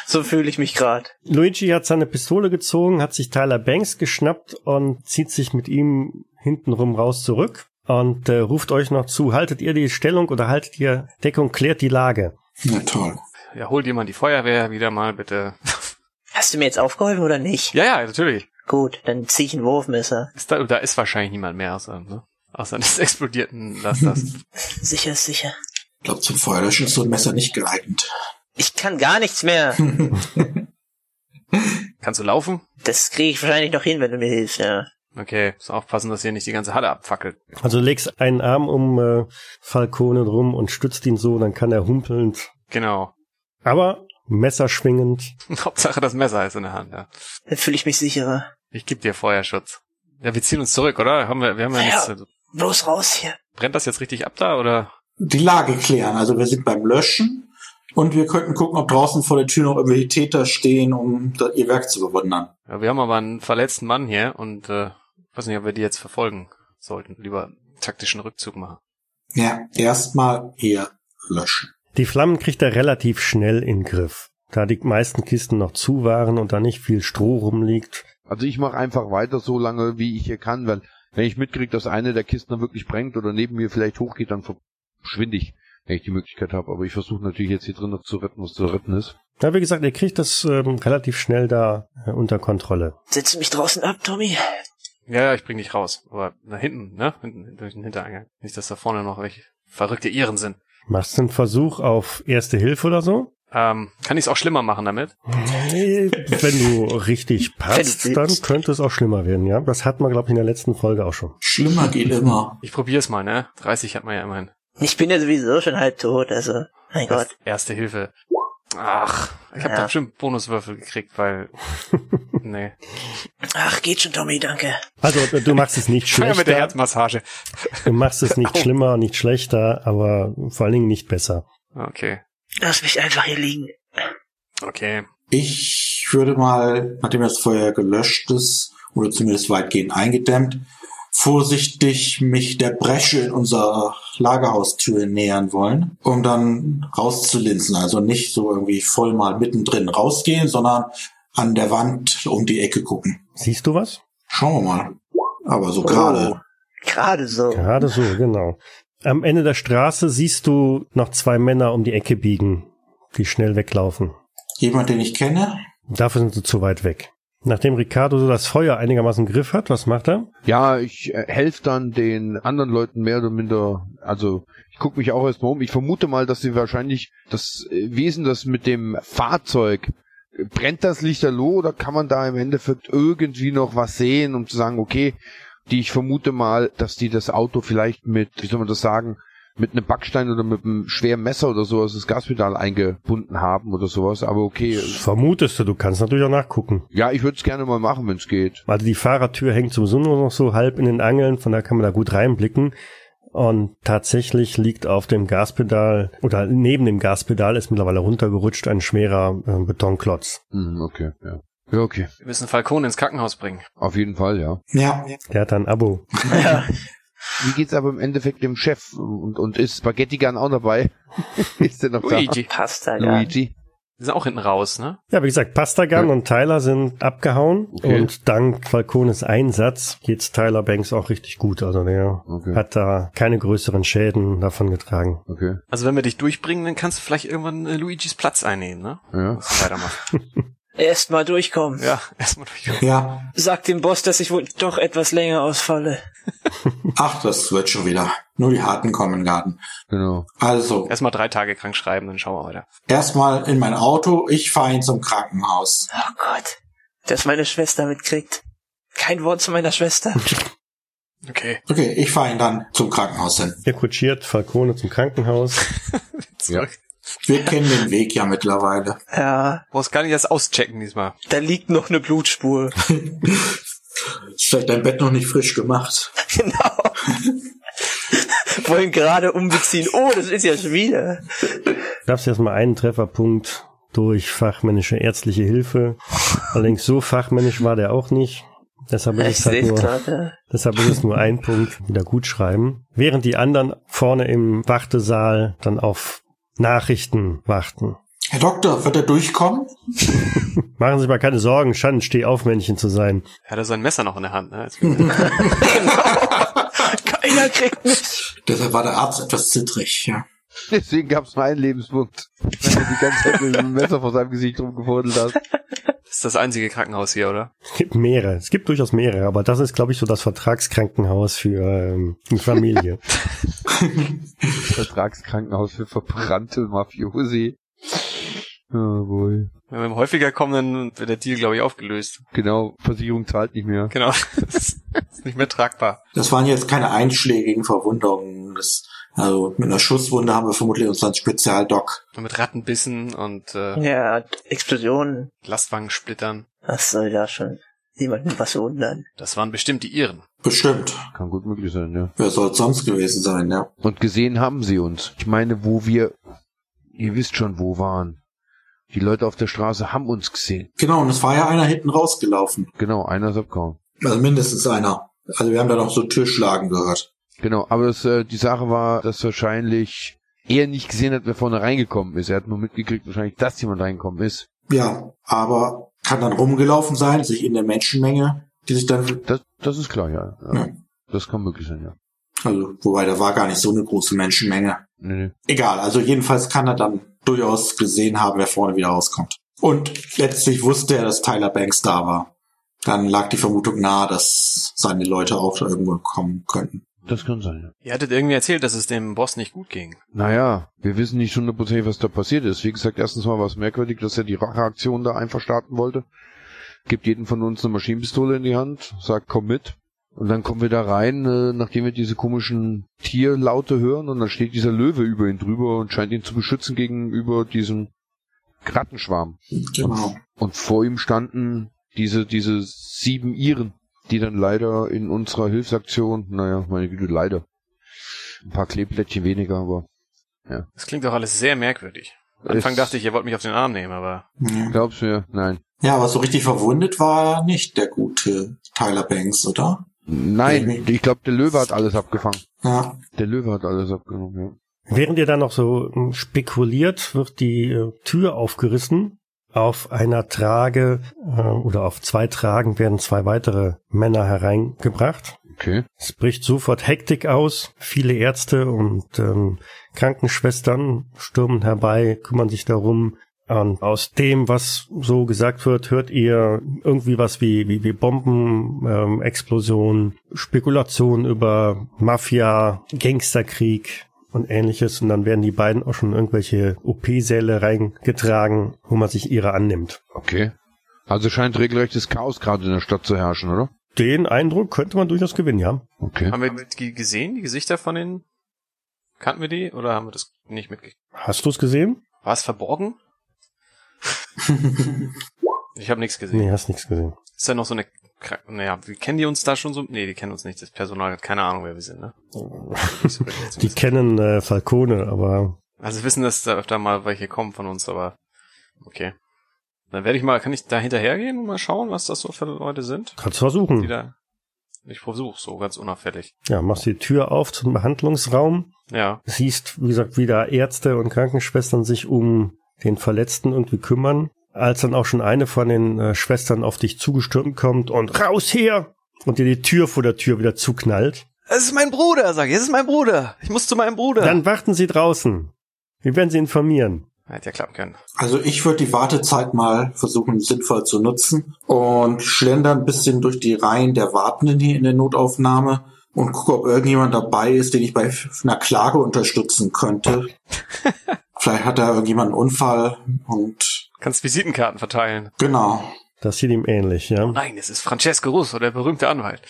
[SPEAKER 3] So fühle ich mich gerade.
[SPEAKER 1] Luigi hat seine Pistole gezogen, hat sich Tyler Banks geschnappt und zieht sich mit ihm hintenrum raus zurück und äh, ruft euch noch zu, haltet ihr die Stellung oder haltet ihr Deckung, klärt die Lage.
[SPEAKER 4] Na toll.
[SPEAKER 2] Ja, holt jemand die Feuerwehr wieder mal bitte.
[SPEAKER 3] Hast du mir jetzt aufgeholfen oder nicht?
[SPEAKER 2] Ja, ja, natürlich.
[SPEAKER 3] Gut, dann zieh ich ein Wurfmesser.
[SPEAKER 2] Ist da, da ist wahrscheinlich niemand mehr außer, ne? Außer des explodierten Lasters.
[SPEAKER 3] Sicher ist sicher.
[SPEAKER 4] Ich glaube, zum Feuerlöschen ist so ein Messer nicht geeignet.
[SPEAKER 3] Ich kann gar nichts mehr.
[SPEAKER 2] Kannst du laufen?
[SPEAKER 3] Das kriege ich wahrscheinlich noch hin, wenn du mir hilfst, ja.
[SPEAKER 2] Okay, muss aufpassen, dass hier nicht die ganze Halle abfackelt.
[SPEAKER 1] Also legst einen Arm um äh, Falcone rum und stützt ihn so, dann kann er humpelnd,
[SPEAKER 2] Genau.
[SPEAKER 1] aber messerschwingend.
[SPEAKER 2] Hauptsache das Messer ist in der Hand, ja.
[SPEAKER 3] Dann fühle ich mich sicherer.
[SPEAKER 2] Ich geb dir Feuerschutz. Ja, wir ziehen uns zurück, oder? Haben wir, wir haben ja,
[SPEAKER 3] Ja.
[SPEAKER 2] nichts. Also,
[SPEAKER 3] Bloß raus hier.
[SPEAKER 2] brennt das jetzt richtig ab da, oder?
[SPEAKER 4] Die Lage klären. Also wir sind beim Löschen und wir könnten gucken, ob draußen vor der Tür noch irgendwelche Täter stehen, um da ihr Werk zu bewundern.
[SPEAKER 2] Ja, wir haben aber einen verletzten Mann hier und, äh, weiß nicht, ob wir die jetzt verfolgen sollten. Lieber taktischen Rückzug machen.
[SPEAKER 4] Ja, erstmal hier löschen.
[SPEAKER 1] Die Flammen kriegt er relativ schnell in den Griff. Da die meisten Kisten noch zu waren und da nicht viel Stroh rumliegt,
[SPEAKER 5] Also ich mache einfach weiter so lange, wie ich hier kann, weil wenn ich mitkriege, dass eine der Kisten dann wirklich brennt oder neben mir vielleicht hochgeht, dann verschwinde ich, wenn ich die Möglichkeit habe. Aber ich versuche natürlich jetzt hier drin noch zu retten, was zu retten ist.
[SPEAKER 1] Ja, wie gesagt, ihr kriegt das ähm, relativ schnell da äh, unter Kontrolle.
[SPEAKER 3] Setzt du mich draußen ab, Tommy?
[SPEAKER 2] Ja, ja, ich bring dich raus. Aber nach hinten, ne? Hinten, durch den Hintereingang. Nicht, dass da vorne noch welche verrückte Iren sind.
[SPEAKER 1] Machst du einen Versuch auf Erste Hilfe oder so?
[SPEAKER 2] Ähm, kann ich es auch schlimmer machen damit?
[SPEAKER 1] Nee, Wenn du richtig
[SPEAKER 3] Wenn
[SPEAKER 1] passt,
[SPEAKER 3] du
[SPEAKER 1] dann
[SPEAKER 3] willst.
[SPEAKER 1] könnte es auch schlimmer werden, ja? Das hatten wir, glaube ich, in der letzten Folge auch schon.
[SPEAKER 4] Schlimmer geht immer.
[SPEAKER 2] Ich probier's mal, ne? 30 hat man ja immerhin.
[SPEAKER 3] Ich bin ja sowieso schon halb tot, also. Mein Gott.
[SPEAKER 2] Erste Hilfe. Ach, ich habe
[SPEAKER 3] Ja.
[SPEAKER 2] da bestimmt Bonuswürfel gekriegt, weil. nee.
[SPEAKER 3] Ach, geht schon, Tommy, danke.
[SPEAKER 1] Also, äh, du machst es nicht
[SPEAKER 2] Fangen wir mit der
[SPEAKER 1] schlechter.
[SPEAKER 2] Herzmassage.
[SPEAKER 1] Du machst es nicht schlimmer, nicht schlechter, aber vor allen Dingen nicht besser.
[SPEAKER 2] Okay.
[SPEAKER 3] Lass mich einfach hier liegen.
[SPEAKER 2] Okay.
[SPEAKER 4] Ich würde mal, nachdem das Feuer gelöscht ist, oder zumindest weitgehend eingedämmt, vorsichtig mich der Bresche in unserer Lagerhaustür nähern wollen, um dann rauszulinsen. Also nicht so irgendwie voll mal mittendrin rausgehen, sondern an der Wand um die Ecke gucken.
[SPEAKER 1] Siehst du was?
[SPEAKER 4] Schauen wir mal. Aber so gerade.
[SPEAKER 3] Gerade so.
[SPEAKER 1] Gerade so, genau. Am Ende der Straße siehst du noch zwei Männer um die Ecke biegen, die schnell weglaufen.
[SPEAKER 4] Jemand, den ich kenne?
[SPEAKER 1] Dafür sind sie zu weit weg. Nachdem Ricardo so das Feuer einigermaßen im Griff hat, was macht er?
[SPEAKER 5] Ja, ich äh, helfe dann den anderen Leuten mehr oder minder. Also ich gucke mich auch erstmal um. Ich vermute mal, dass sie wahrscheinlich das äh, Wesen, das mit dem Fahrzeug äh, brennt das Lichterloh oder kann man da im Endeffekt irgendwie noch was sehen, um zu sagen, okay, die ich vermute mal, dass die das Auto vielleicht mit, wie soll man das sagen, mit einem Backstein oder mit einem schweren Messer oder sowas das Gaspedal eingebunden haben oder sowas. Aber okay,
[SPEAKER 1] Das vermutest du, du kannst natürlich auch nachgucken.
[SPEAKER 5] ja, ich würde es gerne mal machen, wenn es geht.
[SPEAKER 1] Also die Fahrertür hängt sowieso nur noch so halb in den Angeln, von da kann man da gut reinblicken. Und tatsächlich liegt auf dem Gaspedal oder neben dem Gaspedal ist mittlerweile runtergerutscht ein schwerer äh, Betonklotz.
[SPEAKER 5] Hm, okay, ja. Ja, okay.
[SPEAKER 2] Wir müssen Falcone ins Krankenhaus bringen.
[SPEAKER 5] Auf jeden Fall, ja.
[SPEAKER 4] Ja.
[SPEAKER 1] Der hat da ein Abo.
[SPEAKER 3] Ja.
[SPEAKER 5] Wie geht's aber im Endeffekt dem Chef? Und, und ist Spaghetti Gun auch dabei? ist der noch
[SPEAKER 2] Luigi.
[SPEAKER 3] Passt da
[SPEAKER 5] da?
[SPEAKER 3] gar
[SPEAKER 5] Luigi.
[SPEAKER 2] Die sind auch hinten raus, ne?
[SPEAKER 1] Ja, wie gesagt, Pastagan
[SPEAKER 5] Ja.
[SPEAKER 1] und Tyler sind abgehauen
[SPEAKER 5] Okay.
[SPEAKER 1] und dank Falcones Einsatz geht's Tyler Banks auch richtig gut. Also der
[SPEAKER 5] Okay.
[SPEAKER 1] hat da keine größeren Schäden davon getragen.
[SPEAKER 5] Okay.
[SPEAKER 2] Also wenn wir dich durchbringen, dann kannst du vielleicht irgendwann äh, Luigis Platz einnehmen, ne?
[SPEAKER 5] Ja.
[SPEAKER 2] Musst du weitermachen.
[SPEAKER 3] Erst mal durchkommen.
[SPEAKER 2] Ja, erstmal durch.
[SPEAKER 4] Ja,
[SPEAKER 3] Sag dem Boss, dass ich wohl doch etwas länger ausfalle.
[SPEAKER 4] ach, das wird schon wieder. Nur die Harten kommen in den Garten.
[SPEAKER 5] Genau.
[SPEAKER 4] Also,
[SPEAKER 2] Erstmal drei Tage krank schreiben, dann schauen wir weiter.
[SPEAKER 4] erstmal in mein Auto, ich fahre ihn zum Krankenhaus.
[SPEAKER 3] Oh Gott. Dass meine Schwester mitkriegt. Kein Wort zu meiner Schwester.
[SPEAKER 2] Okay.
[SPEAKER 4] Okay, ich fahre ihn dann zum Krankenhaus hin.
[SPEAKER 1] Er kutschiert Falcone zum Krankenhaus.
[SPEAKER 2] Zurück.
[SPEAKER 4] Wir kennen den Weg ja mittlerweile.
[SPEAKER 3] Ja,
[SPEAKER 2] Brauchst gar nicht das auschecken diesmal.
[SPEAKER 3] da liegt noch eine Blutspur.
[SPEAKER 4] Ist vielleicht dein Bett noch nicht frisch gemacht.
[SPEAKER 3] genau. Wollen gerade umbeziehen. Oh, das ist ja schon wieder.
[SPEAKER 1] Darfst erstmal einen Trefferpunkt durch fachmännische ärztliche Hilfe. Allerdings so fachmännisch war der auch nicht. Deshalb
[SPEAKER 3] Ich
[SPEAKER 1] ist es halt
[SPEAKER 3] sehe
[SPEAKER 1] nur
[SPEAKER 3] gerade.
[SPEAKER 1] Deshalb ist es nur ein Punkt, wieder gut schreiben. Während die anderen vorne im Wartesaal dann auf Nachrichten warten.
[SPEAKER 4] Herr Doktor, wird er durchkommen?
[SPEAKER 1] Machen Sie sich mal keine Sorgen, Schand, steh auf, Männchen zu sein.
[SPEAKER 2] Er hat er sein Messer noch in der Hand, ne? Jetzt-
[SPEAKER 3] Keiner kriegt mich.
[SPEAKER 4] Deshalb war der Arzt etwas zittrig, ja.
[SPEAKER 5] Deswegen gab's nur einen Lebenspunkt. Wenn er die ganze Zeit mit dem Messer vor seinem Gesicht rumgefordelt hat.
[SPEAKER 2] Das ist das einzige Krankenhaus hier, oder?
[SPEAKER 1] Es gibt mehrere, es gibt durchaus mehrere, aber das ist, glaube ich, so das Vertragskrankenhaus für ähm, die Familie.
[SPEAKER 5] Vertragskrankenhaus für verbrannte Mafiosi. Oh boy.
[SPEAKER 2] Wenn wir häufiger kommen, dann wird der Deal, glaube ich, aufgelöst.
[SPEAKER 5] Genau, Versicherung zahlt nicht mehr.
[SPEAKER 2] Genau. Das ist nicht mehr tragbar.
[SPEAKER 4] Das waren jetzt keine einschlägigen Verwundungen. Das, also mit einer Schusswunde haben wir vermutlich unseren Spezialdoc.
[SPEAKER 2] Und mit Rattenbissen und äh,
[SPEAKER 3] Ja, Explosionen.
[SPEAKER 2] Lastwagensplittern.
[SPEAKER 3] Das soll da schon niemanden was wundern.
[SPEAKER 2] Das waren bestimmt die Iren.
[SPEAKER 4] Bestimmt.
[SPEAKER 5] Kann gut möglich sein, ja.
[SPEAKER 4] Wer soll sonst gewesen sein, ja?
[SPEAKER 5] Und gesehen haben sie uns. Ich meine, wo wir, ihr wisst schon, wo waren. Die Leute auf der Straße haben uns gesehen.
[SPEAKER 4] Genau, und es war ja einer hinten rausgelaufen.
[SPEAKER 5] Genau, einer ist abgehauen.
[SPEAKER 4] Also mindestens einer. Also wir haben da noch so Türschlagen gehört.
[SPEAKER 5] Genau, aber das, äh, die Sache war, dass wahrscheinlich er nicht gesehen hat, wer vorne reingekommen ist. Er hat nur mitgekriegt, wahrscheinlich, dass jemand reingekommen ist.
[SPEAKER 4] Ja, aber kann dann rumgelaufen sein, sich in der Menschenmenge, die sich dann,
[SPEAKER 5] Das, das ist klar, ja. ja.
[SPEAKER 4] Ja.
[SPEAKER 5] Das kann möglich sein, ja.
[SPEAKER 4] also, wobei da war gar nicht so eine große Menschenmenge.
[SPEAKER 5] Nee, nee.
[SPEAKER 4] Egal, also jedenfalls kann er dann durchaus gesehen haben, wer vorne wieder rauskommt. Und letztlich wusste er, dass Tyler Banks da war. Dann lag die Vermutung nahe, dass seine Leute auch da irgendwo kommen könnten.
[SPEAKER 5] Das kann sein, ja.
[SPEAKER 2] Ihr hattet irgendwie erzählt, dass es dem Boss nicht gut ging.
[SPEAKER 5] Naja, wir wissen nicht hundertprozentig, was da passiert ist. Wie gesagt, erstens mal war es merkwürdig, dass er die Racheaktion da einfach starten wollte. Gibt jedem von uns eine Maschinenpistole in die Hand, sagt, komm mit. Und dann kommen wir da rein, äh, nachdem wir diese komischen Tierlaute hören, und dann steht dieser Löwe über ihn drüber und scheint ihn zu beschützen gegenüber diesem Rattenschwarm.
[SPEAKER 4] Genau.
[SPEAKER 5] Und vor ihm standen diese, diese sieben Iren, die dann leider in unserer Hilfsaktion, naja, meine Güte, leider. Ein paar Kleeblättchen weniger, aber
[SPEAKER 2] Das klingt doch alles sehr merkwürdig. Am Anfang
[SPEAKER 5] Es-
[SPEAKER 2] dachte ich, ihr wollt mich auf den Arm nehmen, aber
[SPEAKER 4] Ja.
[SPEAKER 5] Glaubst du mir? Nein.
[SPEAKER 4] Ja, aber so richtig verwundet war nicht der gute Tyler Banks, oder?
[SPEAKER 5] Nein, ich glaube, der Löwe hat alles abgefangen.
[SPEAKER 4] Ja.
[SPEAKER 5] Der Löwe hat alles abgenommen,
[SPEAKER 1] Während ihr da noch so ähm, spekuliert, wird die äh, Tür aufgerissen. Auf einer Trage äh, oder auf zwei Tragen werden zwei weitere Männer hereingebracht.
[SPEAKER 5] ja. Okay.
[SPEAKER 1] Es bricht sofort Hektik aus. Viele Ärzte und ähm, Krankenschwestern stürmen herbei, kümmern sich darum. Und aus dem, was so gesagt wird, hört ihr irgendwie was wie, wie, wie Bomben, ähm, Explosionen, Spekulationen über Mafia, Gangsterkrieg und ähnliches. Und dann werden die beiden auch schon in irgendwelche OP-Säle reingetragen, wo man sich ihrer annimmt.
[SPEAKER 5] Okay. Also scheint regelrechtes Chaos gerade in der Stadt zu herrschen, oder?
[SPEAKER 1] Den Eindruck könnte man durchaus gewinnen, ja.
[SPEAKER 5] Okay.
[SPEAKER 2] haben wir die gesehen, die Gesichter von den? Kannten wir die oder haben wir das nicht mitgekriegt?
[SPEAKER 1] Hast du es gesehen?
[SPEAKER 2] War es verborgen? ich habe nichts gesehen.
[SPEAKER 1] Nee, hast nichts gesehen.
[SPEAKER 2] Ist da noch so eine Kra- naja, wie kennen die uns da schon so? Nee, die kennen uns nicht. Das Personal hat keine Ahnung, wer wir sind, ne? Nicht so wirklich
[SPEAKER 1] Die
[SPEAKER 2] zumindest.
[SPEAKER 1] kennen äh, Falcone, aber
[SPEAKER 2] also wissen, dass da öfter mal welche kommen von uns, aber okay. Dann werde ich mal, kann ich da hinterhergehen und mal schauen, was das so für Leute sind?
[SPEAKER 1] kannst versuchen.
[SPEAKER 2] Die da. Ich versuche so, ganz unauffällig.
[SPEAKER 1] Ja, machst die Tür auf zum Behandlungsraum,
[SPEAKER 2] Ja.
[SPEAKER 1] siehst, wie gesagt, wieder Ärzte und Krankenschwestern sich um den Verletzten irgendwie kümmern, als dann auch schon eine von den äh, Schwestern auf dich zugestürmt kommt und raus hier und dir die Tür vor der Tür wieder zuknallt.
[SPEAKER 2] Es ist mein Bruder, sag ich. Es ist mein Bruder. Ich muss zu meinem Bruder.
[SPEAKER 1] Dann warten sie draußen. Wir werden sie informieren.
[SPEAKER 2] Hätte ja klappen können.
[SPEAKER 4] Also ich würde die Wartezeit mal versuchen sinnvoll zu nutzen und schlender ein bisschen durch die Reihen der Wartenden hier in der Notaufnahme und gucke, ob irgendjemand dabei ist, den ich bei einer Klage unterstützen könnte. Vielleicht hat da irgendjemand einen Unfall und
[SPEAKER 2] Kannst Visitenkarten verteilen.
[SPEAKER 4] genau.
[SPEAKER 1] Das sieht ihm ähnlich, ja.
[SPEAKER 2] Nein, es ist Francesco Russo, der berühmte Anwalt.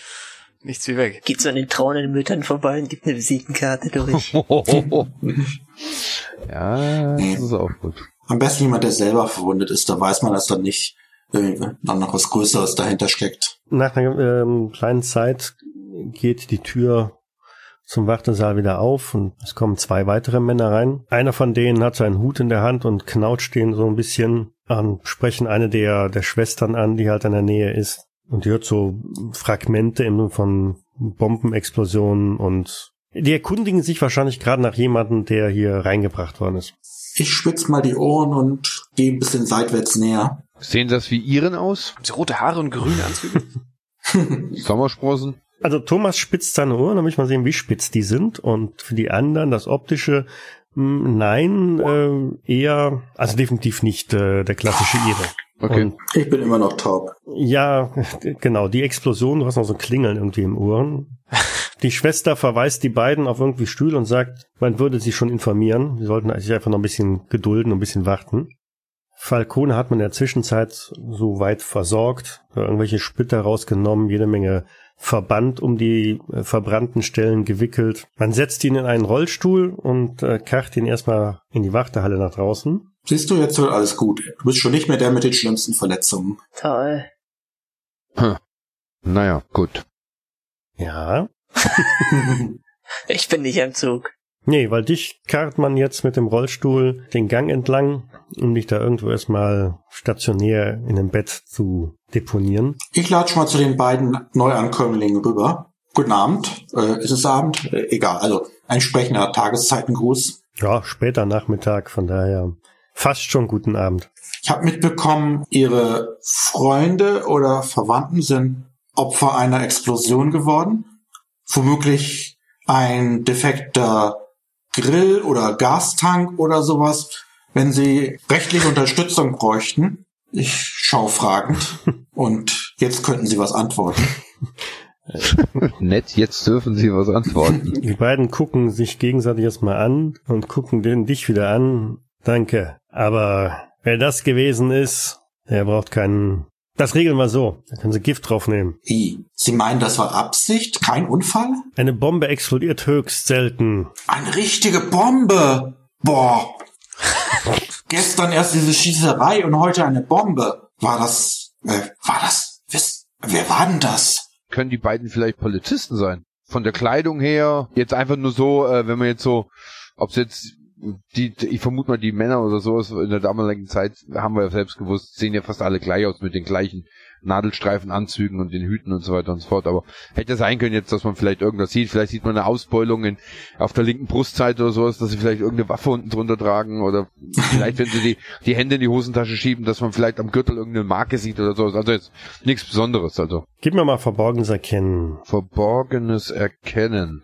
[SPEAKER 2] Nichts wie weg.
[SPEAKER 3] Geht so an den trauernden Müttern vorbei und gibt eine Visitenkarte durch.
[SPEAKER 5] ja, das ist auch gut.
[SPEAKER 4] Am besten jemand, der selber verwundet ist, da weiß man, dass da nicht irgendwie dann noch was Größeres dahinter steckt.
[SPEAKER 1] Nach einer ähm, kleinen Zeit geht die Tür zum Wartesaal wieder auf und es kommen zwei weitere Männer rein. Einer von denen hat seinen Hut in der Hand und knautscht den so ein bisschen an, sprechen eine der, der Schwestern an, die halt in der Nähe ist. Und die hört so Fragmente im- von Bombenexplosionen und die erkundigen sich wahrscheinlich gerade nach jemandem, der hier reingebracht worden ist.
[SPEAKER 4] Ich spitz mal die Ohren und gehe ein bisschen seitwärts näher.
[SPEAKER 5] Sehen das wie Iren aus?
[SPEAKER 2] Haben sie rote Haare und grüne Anzüge?
[SPEAKER 5] Sommersprossen?
[SPEAKER 1] Also Thomas spitzt seine Ohren, damit ich mal sehen, wie spitz die sind. Und für die anderen das optische, mh, nein, äh, eher, also definitiv nicht äh, der klassische Ire.
[SPEAKER 5] Okay.
[SPEAKER 1] Und
[SPEAKER 4] Ich bin immer noch taub.
[SPEAKER 1] ja, genau, die Explosion, du hast noch so ein Klingeln irgendwie im Ohren. Die Schwester verweist die beiden auf irgendwie Stühle und sagt, man würde sie schon informieren. Sie sollten sich einfach noch ein bisschen gedulden und ein bisschen warten. Falcone hat man in der Zwischenzeit so weit versorgt, irgendwelche Splitter rausgenommen, jede Menge Verband um die äh, verbrannten Stellen gewickelt. Man setzt ihn in einen Rollstuhl und äh, karrt ihn erstmal in die Wartehalle nach draußen.
[SPEAKER 4] Siehst du, jetzt wird alles gut. Du bist schon nicht mehr der mit den schlimmsten Verletzungen.
[SPEAKER 3] Toll.
[SPEAKER 5] Naja, gut.
[SPEAKER 1] Ja.
[SPEAKER 3] Ich bin nicht am Zug.
[SPEAKER 1] Nee, weil dich karrt man jetzt mit dem Rollstuhl den Gang entlang, um dich da irgendwo erstmal stationär in dem Bett zu deponieren.
[SPEAKER 4] Ich lade schon mal zu den beiden Neuankömmlingen rüber. Guten Abend. Äh, ist es Abend? Äh, egal. Also entsprechender Tageszeitengruß.
[SPEAKER 1] Ja, später Nachmittag, von daher fast schon guten Abend.
[SPEAKER 4] Ich habe mitbekommen, Ihre Freunde oder Verwandten sind Opfer einer Explosion geworden. Womöglich ein defekter Grill oder Gastank oder sowas, wenn Sie rechtliche Unterstützung bräuchten. Ich schaue fragend und jetzt könnten Sie was antworten.
[SPEAKER 5] Nett, jetzt dürfen Sie was antworten.
[SPEAKER 1] Die beiden gucken sich gegenseitig erstmal an und gucken den dich wieder an. Danke. Aber wer das gewesen ist, der braucht keinen. Das regeln wir so. Da können sie Gift draufnehmen.
[SPEAKER 4] Wie? Sie meinen, das war Absicht? Kein Unfall?
[SPEAKER 1] Eine Bombe explodiert höchst selten.
[SPEAKER 4] Eine richtige Bombe! Boah! Gestern erst diese Schießerei und heute eine Bombe. War das. Äh, war das. Wiss, wer war denn das?
[SPEAKER 5] Können die beiden vielleicht Polizisten sein? Von der Kleidung her, jetzt einfach nur so, äh, wenn man jetzt so, ob es jetzt die, ich vermute mal, die Männer oder so ist in der damaligen Zeit, haben wir ja selbst gewusst, sehen ja fast alle gleich aus mit den gleichen Nadelstreifen, Anzügen und den Hüten und so weiter und so fort. Aber hätte ja sein können jetzt, dass man vielleicht irgendwas sieht. Vielleicht sieht man eine Ausbeulung in, auf der linken Brustseite oder sowas, dass sie vielleicht irgendeine Waffe unten drunter tragen oder vielleicht, wenn sie die, die Hände in die Hosentasche schieben, dass man vielleicht am Gürtel irgendeine Marke sieht oder sowas. Also jetzt nichts Besonderes. Also
[SPEAKER 1] Gib mir mal Verborgenes erkennen.
[SPEAKER 5] Verborgenes Erkennen.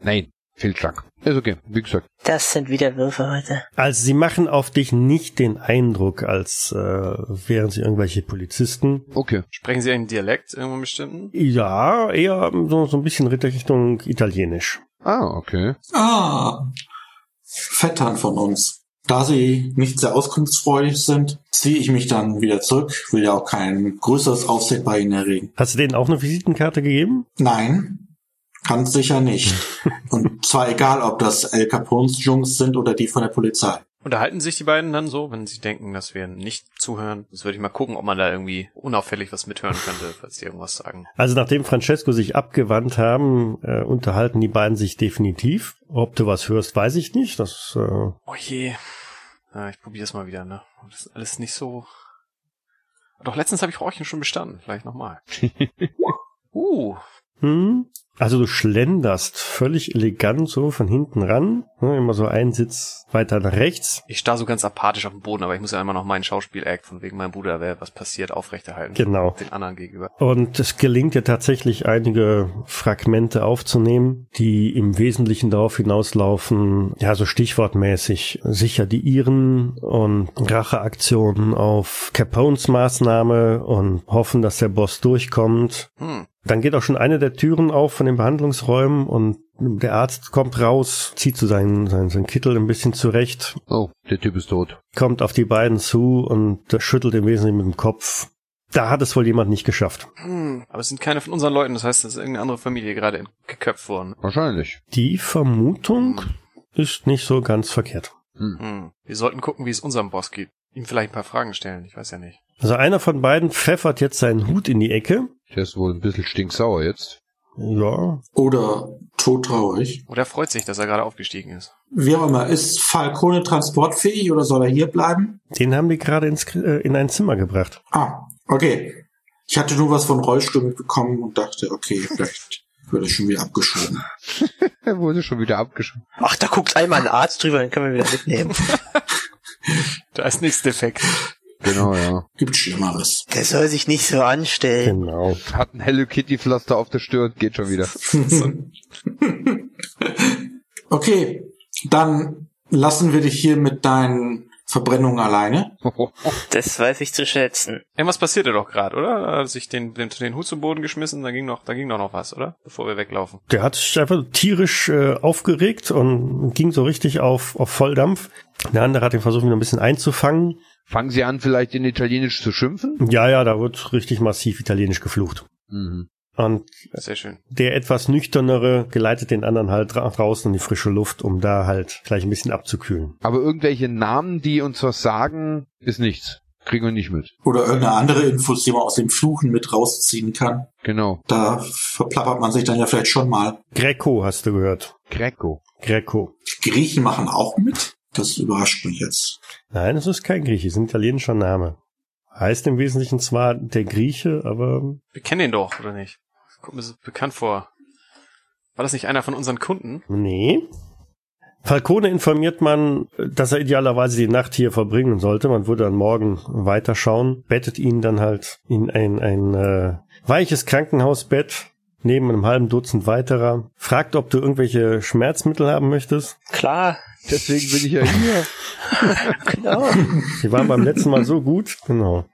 [SPEAKER 5] Nein, Fehlschlag. Ist okay, wie gesagt.
[SPEAKER 3] Das sind wieder Würfe heute.
[SPEAKER 1] Also sie machen auf dich nicht den Eindruck, als äh, wären sie irgendwelche Polizisten.
[SPEAKER 5] Okay.
[SPEAKER 2] Sprechen sie einen Dialekt irgendwann bestimmten?
[SPEAKER 1] Ja, eher so, so ein bisschen Richtung Italienisch.
[SPEAKER 5] Ah, okay.
[SPEAKER 4] Ah. Vettern von uns. Da sie nicht sehr auskunftsfreudig sind, ziehe ich mich dann wieder zurück. Will ja auch kein größeres Aufsehen bei ihnen erregen.
[SPEAKER 1] Hast du denen auch eine Visitenkarte gegeben?
[SPEAKER 4] Nein, ganz sicher nicht. Und zwar egal, ob das El Capones Jungs sind oder die von der Polizei.
[SPEAKER 2] Unterhalten sich die beiden dann so, wenn sie denken, dass wir nicht zuhören? Das würde ich mal gucken, ob man da irgendwie unauffällig was mithören könnte, falls die irgendwas sagen.
[SPEAKER 1] Also nachdem Francesco sich abgewandt haben, äh, unterhalten die beiden sich definitiv. Ob du was hörst, weiß ich nicht. Das äh,
[SPEAKER 2] Oh je. Ja, ich probiere es mal wieder, ne? Das ist alles nicht so. Doch letztens habe ich Räuchchen schon bestanden. Vielleicht nochmal. uh,
[SPEAKER 1] hm? Also du schlenderst völlig elegant so von hinten ran, ne, immer so einen Sitz weiter nach rechts.
[SPEAKER 2] Ich starr so ganz apathisch auf den Boden, aber ich muss ja immer noch meinen Schauspiel-Act von wegen meinem Bruder, wer was passiert, aufrechterhalten.
[SPEAKER 1] Genau.
[SPEAKER 2] Den anderen gegenüber.
[SPEAKER 1] Und es gelingt dir tatsächlich, einige Fragmente aufzunehmen, die im Wesentlichen darauf hinauslaufen, ja, so stichwortmäßig sicher die Iren und Racheaktionen auf Capones Maßnahme und hoffen, dass der Boss durchkommt.
[SPEAKER 2] Hm.
[SPEAKER 1] Dann geht auch schon eine der Türen auf von den Behandlungsräumen und der Arzt kommt raus, zieht so seinen, seinen, seinen Kittel ein bisschen zurecht,
[SPEAKER 5] Oh, der Typ ist tot.
[SPEAKER 1] kommt auf die beiden zu und schüttelt im Wesentlichen mit dem Kopf. Da hat es wohl jemand nicht geschafft.
[SPEAKER 2] Hm. Aber es sind keine von unseren Leuten, das heißt, es ist irgendeine andere Familie gerade geköpft worden.
[SPEAKER 5] Wahrscheinlich.
[SPEAKER 1] Die Vermutung ist nicht so ganz verkehrt.
[SPEAKER 2] Hm. Wir sollten gucken, wie es unserem Boss geht. Ihm vielleicht ein paar Fragen stellen, ich weiß ja nicht.
[SPEAKER 1] Also einer von beiden pfeffert jetzt seinen Hut in die Ecke.
[SPEAKER 5] Der ist wohl ein bisschen stinksauer jetzt.
[SPEAKER 1] Ja,
[SPEAKER 4] Oder todtraurig.
[SPEAKER 2] Oder freut sich, dass er gerade aufgestiegen ist.
[SPEAKER 4] Wie auch immer, ist Falcone transportfähig oder soll er hier bleiben?
[SPEAKER 1] den haben die gerade ins, Kri- äh, in ein Zimmer gebracht.
[SPEAKER 4] Ah, okay. Ich hatte nur was von Rollstuhl mitbekommen und dachte, okay, vielleicht wird er schon wieder abgeschoben.
[SPEAKER 5] Er wurde schon wieder abgeschoben.
[SPEAKER 3] Ach, da guckt einmal ein Arzt drüber, den können wir wieder mitnehmen.
[SPEAKER 2] Da ist nichts defekt.
[SPEAKER 5] Genau, ja.
[SPEAKER 4] Gibt Schlimmeres.
[SPEAKER 3] Der soll sich nicht so anstellen.
[SPEAKER 1] Genau.
[SPEAKER 5] Hat ein Hello Kitty Pflaster auf der Stirn, geht schon wieder.
[SPEAKER 4] Okay, dann lassen wir dich hier mit deinen Verbrennungen alleine.
[SPEAKER 3] Das weiß ich zu schätzen.
[SPEAKER 2] Irgendwas passierte doch gerade, oder? Er hat sich den, den, den Hut zum Boden geschmissen, da ging noch, da ging doch noch was, oder? Bevor wir weglaufen.
[SPEAKER 1] Der hat sich einfach tierisch äh, aufgeregt und ging so richtig auf, auf Volldampf. Der andere hat ihn versucht, ihn ein bisschen einzufangen.
[SPEAKER 5] Fangen Sie an, vielleicht in Italienisch zu schimpfen?
[SPEAKER 1] Ja, ja, da wird richtig massiv italienisch geflucht.
[SPEAKER 5] Mhm.
[SPEAKER 1] Und
[SPEAKER 2] Sehr schön.
[SPEAKER 1] der etwas nüchternere geleitet den anderen halt dra- draußen in die frische Luft, um da halt gleich ein bisschen abzukühlen.
[SPEAKER 5] Aber irgendwelche Namen, die uns was sagen, ist nichts. Kriegen wir nicht mit.
[SPEAKER 4] Oder irgendeine andere Infos, die man aus dem Fluchen mit rausziehen kann.
[SPEAKER 5] Genau.
[SPEAKER 4] Da verplappert man sich dann ja vielleicht schon mal.
[SPEAKER 1] Greco hast du gehört.
[SPEAKER 5] Greco.
[SPEAKER 1] Greco.
[SPEAKER 4] Die Griechen machen auch mit. Das überrascht mich jetzt.
[SPEAKER 1] Nein, es ist kein Grieche, es ist ein italienischer Name. Heißt im Wesentlichen zwar der Grieche, aber
[SPEAKER 2] Wir kennen den doch, oder nicht? Kommt mir so bekannt vor. War das nicht einer von unseren Kunden?
[SPEAKER 1] nee. Falcone informiert man, dass er idealerweise die Nacht hier verbringen sollte. Man würde dann morgen weiterschauen, bettet ihn dann halt in ein, ein äh, weiches Krankenhausbett neben einem halben Dutzend weiterer, fragt, ob du irgendwelche Schmerzmittel haben möchtest.
[SPEAKER 3] Klar,
[SPEAKER 5] Deswegen bin ich ja hier.
[SPEAKER 3] genau.
[SPEAKER 1] Die waren beim letzten Mal so gut. Genau.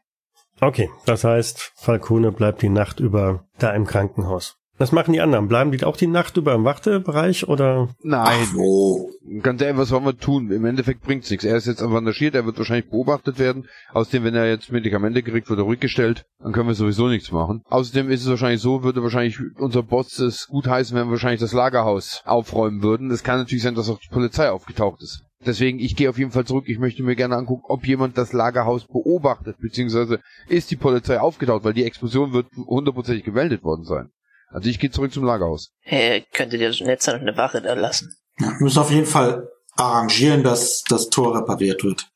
[SPEAKER 1] Okay, das heißt, Falcone bleibt die Nacht über da im Krankenhaus. Was machen die anderen? Bleiben die auch die Nacht über im Wartebereich oder?
[SPEAKER 5] Nein.
[SPEAKER 4] Ach, oh.
[SPEAKER 5] Ganz ehrlich, was sollen wir tun? Im Endeffekt bringt's nichts. Er ist jetzt abandaschiert, er wird wahrscheinlich beobachtet werden. Außerdem, wenn er jetzt Medikamente kriegt, wird er rückgestellt. Dann können wir sowieso nichts machen. Außerdem ist es wahrscheinlich so, würde wahrscheinlich unser Boss es gut heißen, wenn wir wahrscheinlich das Lagerhaus aufräumen würden. Es kann natürlich sein, dass auch die Polizei aufgetaucht ist. Deswegen, ich gehe auf jeden Fall zurück. Ich möchte mir gerne angucken, ob jemand das Lagerhaus beobachtet, beziehungsweise ist die Polizei aufgetaucht, weil die Explosion wird hundertprozentig gemeldet worden sein. Also ich gehe zurück zum Lagerhaus.
[SPEAKER 3] Hey, könntet ihr so nett sein und eine Wache da lassen?
[SPEAKER 4] Ja, wir müssen auf jeden Fall arrangieren, dass das Tor repariert wird.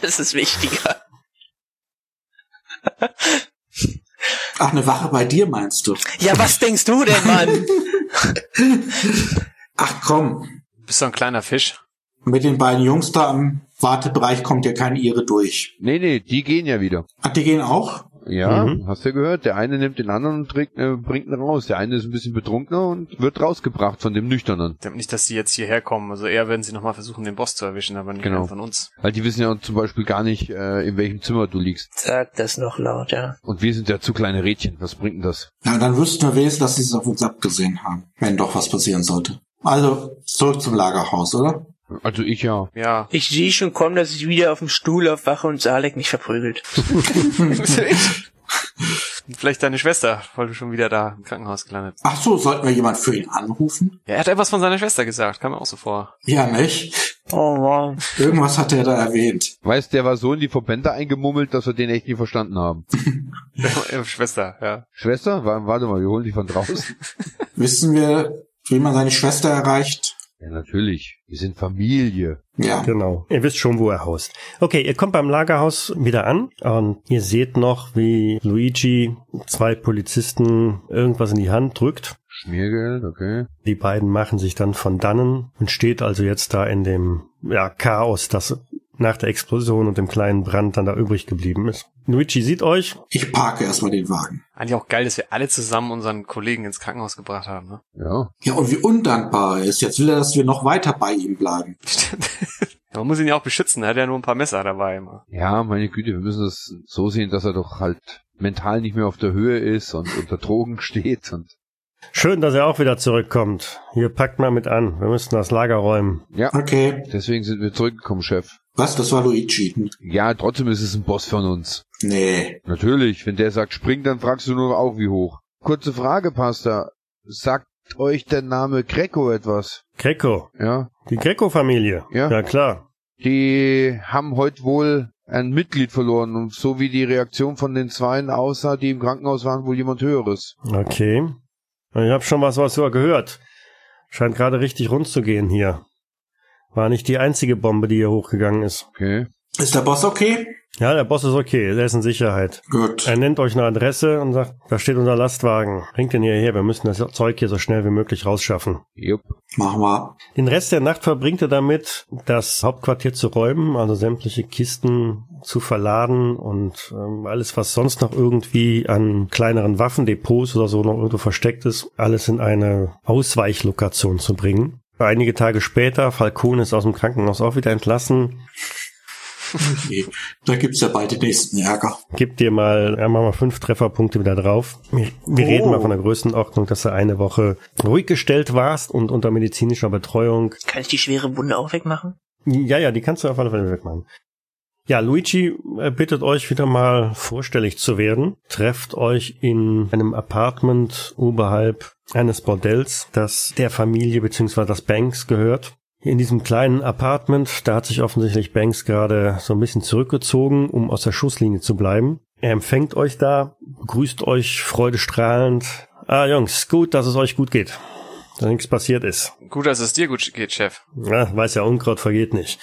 [SPEAKER 3] Alles ist wichtiger.
[SPEAKER 4] Ach, eine Wache bei dir meinst du?
[SPEAKER 3] Ja, was denkst du denn, Mann?
[SPEAKER 4] Ach komm,
[SPEAKER 2] Du bist doch ein kleiner Fisch.
[SPEAKER 4] mit den beiden Jungs da im Wartebereich kommt ja kein Ire durch.
[SPEAKER 5] Nee, nee, die gehen ja wieder.
[SPEAKER 4] Ach, die gehen auch?
[SPEAKER 5] Ja,
[SPEAKER 1] Mhm.
[SPEAKER 5] hast du gehört? Der eine nimmt den anderen und trägt, äh, bringt ihn raus. Der eine ist ein bisschen betrunkener und wird rausgebracht von dem Nüchternen.
[SPEAKER 2] Ich denke nicht, dass sie jetzt hierher kommen. Also eher werden sie nochmal versuchen, den Boss zu erwischen, aber nicht
[SPEAKER 5] Genau.
[SPEAKER 2] einen von uns.
[SPEAKER 5] Weil die wissen ja zum Beispiel gar nicht, äh, in welchem Zimmer du liegst.
[SPEAKER 3] Sag das noch laut, ja.
[SPEAKER 5] Und wir sind ja zu kleine Rädchen. Was bringt denn das?
[SPEAKER 4] Ja, dann wüssten wir wenigstens, dass sie es auf uns abgesehen haben, wenn doch was passieren sollte. Also, zurück zum Lagerhaus, oder?
[SPEAKER 5] Also ich ja.
[SPEAKER 2] Ja.
[SPEAKER 3] Ich sehe schon kommen, dass ich wieder auf dem Stuhl aufwache und Salek mich verprügelt.
[SPEAKER 2] Und Vielleicht deine Schwester, weil du schon wieder da im Krankenhaus gelandet bist.
[SPEAKER 4] Ach so, sollten wir jemand für ihn anrufen?
[SPEAKER 2] Ja, er hat etwas von seiner Schwester gesagt, kam mir auch so vor.
[SPEAKER 4] Ja, nicht?
[SPEAKER 3] Oh wow.
[SPEAKER 4] Irgendwas hat er da erwähnt.
[SPEAKER 5] Weißt, der war so in die Verbände eingemummelt, dass wir den echt nicht verstanden haben.
[SPEAKER 2] Ihre Schwester, ja.
[SPEAKER 5] Schwester, wa- warte mal, wir holen die von draußen.
[SPEAKER 4] Wissen wir, wie man seine Schwester erreicht?
[SPEAKER 5] Ja, natürlich. Wir sind Familie.
[SPEAKER 4] Ja.
[SPEAKER 1] Genau. Ihr wisst schon, wo er haust. Okay, ihr kommt beim Lagerhaus wieder an und ihr seht noch, wie Luigi zwei Polizisten irgendwas in die Hand drückt.
[SPEAKER 5] Schmiergeld, okay.
[SPEAKER 1] Die beiden machen sich dann von dannen und steht also jetzt da in dem ja, Chaos, das nach der Explosion und dem kleinen Brand dann da übrig geblieben ist. Luigi sieht euch.
[SPEAKER 4] Ich parke erstmal den Wagen.
[SPEAKER 2] Eigentlich auch geil, dass wir alle zusammen unseren Kollegen ins Krankenhaus gebracht haben, ne?
[SPEAKER 5] Ja.
[SPEAKER 4] Ja, und wie undankbar er ist. Jetzt will er, dass wir noch weiter bei ihm bleiben.
[SPEAKER 2] Ja, Man muss ihn ja auch beschützen, er hat ja nur ein paar Messer dabei immer.
[SPEAKER 5] Ja, meine Güte, wir müssen das so sehen, dass er doch halt mental nicht mehr auf der Höhe ist und unter Drogen steht und
[SPEAKER 1] Schön, dass er auch wieder zurückkommt. Hier packt mal mit an. Wir müssen das Lager räumen.
[SPEAKER 5] ja.
[SPEAKER 4] Okay.
[SPEAKER 5] Deswegen sind wir zurückgekommen, Chef.
[SPEAKER 4] Was? Das war Luigi. Hm.
[SPEAKER 5] Ja, trotzdem ist es ein Boss von uns.
[SPEAKER 4] Nee.
[SPEAKER 5] Natürlich, wenn der sagt spring, dann fragst du nur auch wie hoch. Kurze Frage, Pastor. Sagt euch der Name Greco etwas?
[SPEAKER 1] Greco.
[SPEAKER 5] Ja.
[SPEAKER 1] Die Greco-Familie.
[SPEAKER 5] Ja.
[SPEAKER 1] Ja, klar.
[SPEAKER 5] Die haben heute wohl ein Mitglied verloren und so wie die Reaktion von den Zweien aussah, die im Krankenhaus waren, wohl jemand Höheres.
[SPEAKER 1] Okay. Ich habe schon was, was über gehört. Scheint gerade richtig rund zu gehen hier. War nicht die einzige Bombe, die hier hochgegangen ist.
[SPEAKER 5] Okay.
[SPEAKER 4] Ist der Boss okay?
[SPEAKER 1] Ja, der Boss ist okay. Er ist in Sicherheit.
[SPEAKER 4] Gut.
[SPEAKER 1] Er nennt euch eine Adresse und sagt, da steht unser Lastwagen. Bringt den hierher. Wir müssen das Zeug hier so schnell wie möglich rausschaffen.
[SPEAKER 5] Jupp.
[SPEAKER 4] Machen wir.
[SPEAKER 1] Den Rest der Nacht verbringt er damit, das Hauptquartier zu räumen, also sämtliche Kisten zu verladen und ähm, alles, was sonst noch irgendwie an kleineren Waffendepots oder so noch irgendwo versteckt ist, alles in eine Ausweichlokation zu bringen. Einige Tage später, Falcone ist aus dem Krankenhaus auch wieder entlassen,
[SPEAKER 4] Okay. Da gibt's ja bald den nächsten Ärger.
[SPEAKER 1] gibt dir mal, ja, mach mal fünf Trefferpunkte wieder drauf. Wir, wir
[SPEAKER 4] Oh.
[SPEAKER 1] reden mal von der Größenordnung, dass du eine Woche ruhig gestellt warst und unter medizinischer Betreuung
[SPEAKER 3] Kann ich die schwere Wunde auch wegmachen?
[SPEAKER 1] Ja, ja, die kannst du auf alle Fälle wegmachen. Ja, Luigi äh, bittet euch wieder mal vorstellig zu werden. Trefft euch in einem Apartment oberhalb eines Bordells, das der Familie bzw. das Banks gehört. In diesem kleinen Apartment, da hat sich offensichtlich Banks gerade so ein bisschen zurückgezogen, um aus der Schusslinie zu bleiben. Er empfängt euch da, begrüßt euch freudestrahlend. Ah, Jungs, gut, dass es euch gut geht. Dass nichts passiert ist.
[SPEAKER 2] Gut, dass es dir gut geht, Chef.
[SPEAKER 1] Ja, weiß ja, Unkraut vergeht nicht.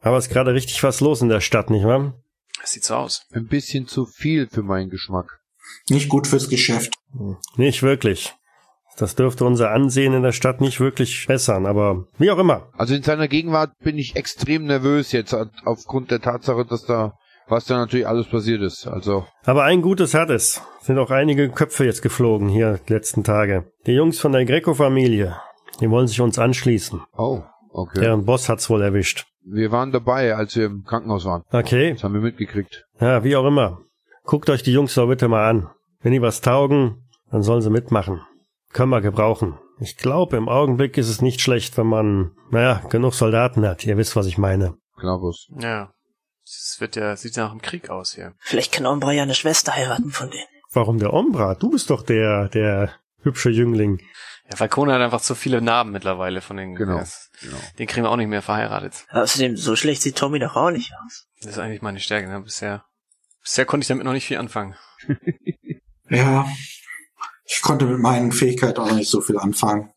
[SPEAKER 1] Aber es ist gerade richtig was los in der Stadt, nicht wahr?
[SPEAKER 2] Das sieht so aus.
[SPEAKER 5] Ein bisschen zu viel für meinen Geschmack.
[SPEAKER 4] Nicht gut fürs Geschäft.
[SPEAKER 1] Nicht wirklich. Das dürfte unser Ansehen in der Stadt nicht wirklich bessern, aber wie auch immer.
[SPEAKER 5] Also in seiner Gegenwart bin ich extrem nervös jetzt hat- aufgrund der Tatsache, dass da was da natürlich alles passiert ist. Also
[SPEAKER 1] Aber ein Gutes hat es. Sind auch einige Köpfe jetzt geflogen hier die letzten Tage. Die Jungs von der Greco-Familie, die wollen sich uns anschließen.
[SPEAKER 5] oh, okay.
[SPEAKER 1] Deren Boss hat's wohl erwischt.
[SPEAKER 5] Wir waren dabei, als wir im Krankenhaus waren.
[SPEAKER 1] Okay,
[SPEAKER 5] Das haben wir mitgekriegt.
[SPEAKER 1] ja, wie auch immer. Guckt euch die Jungs doch bitte mal an. Wenn die was taugen, dann sollen sie mitmachen. Können wir gebrauchen. Ich glaube, im Augenblick ist es nicht schlecht, wenn man, naja, genug Soldaten hat. Ihr wisst, was ich meine.
[SPEAKER 5] Klavus.
[SPEAKER 2] Ja. Es wird ja, sieht nach einem Krieg aus hier.
[SPEAKER 3] Vielleicht kann Ombra ja eine Schwester heiraten von denen.
[SPEAKER 1] Warum der Ombra? Du bist doch der, der hübsche Jüngling.
[SPEAKER 2] Ja, Falcone hat einfach zu viele Narben mittlerweile von den,
[SPEAKER 5] Genau.
[SPEAKER 2] Das,
[SPEAKER 5] Genau.
[SPEAKER 2] den kriegen wir auch nicht mehr verheiratet.
[SPEAKER 3] Außerdem, so schlecht sieht Tommy doch auch nicht aus.
[SPEAKER 2] Das ist eigentlich meine Stärke, ne? Bisher, bisher konnte ich damit noch nicht viel anfangen.
[SPEAKER 4] Ja. Ich konnte mit meinen Fähigkeiten auch noch nicht so viel anfangen.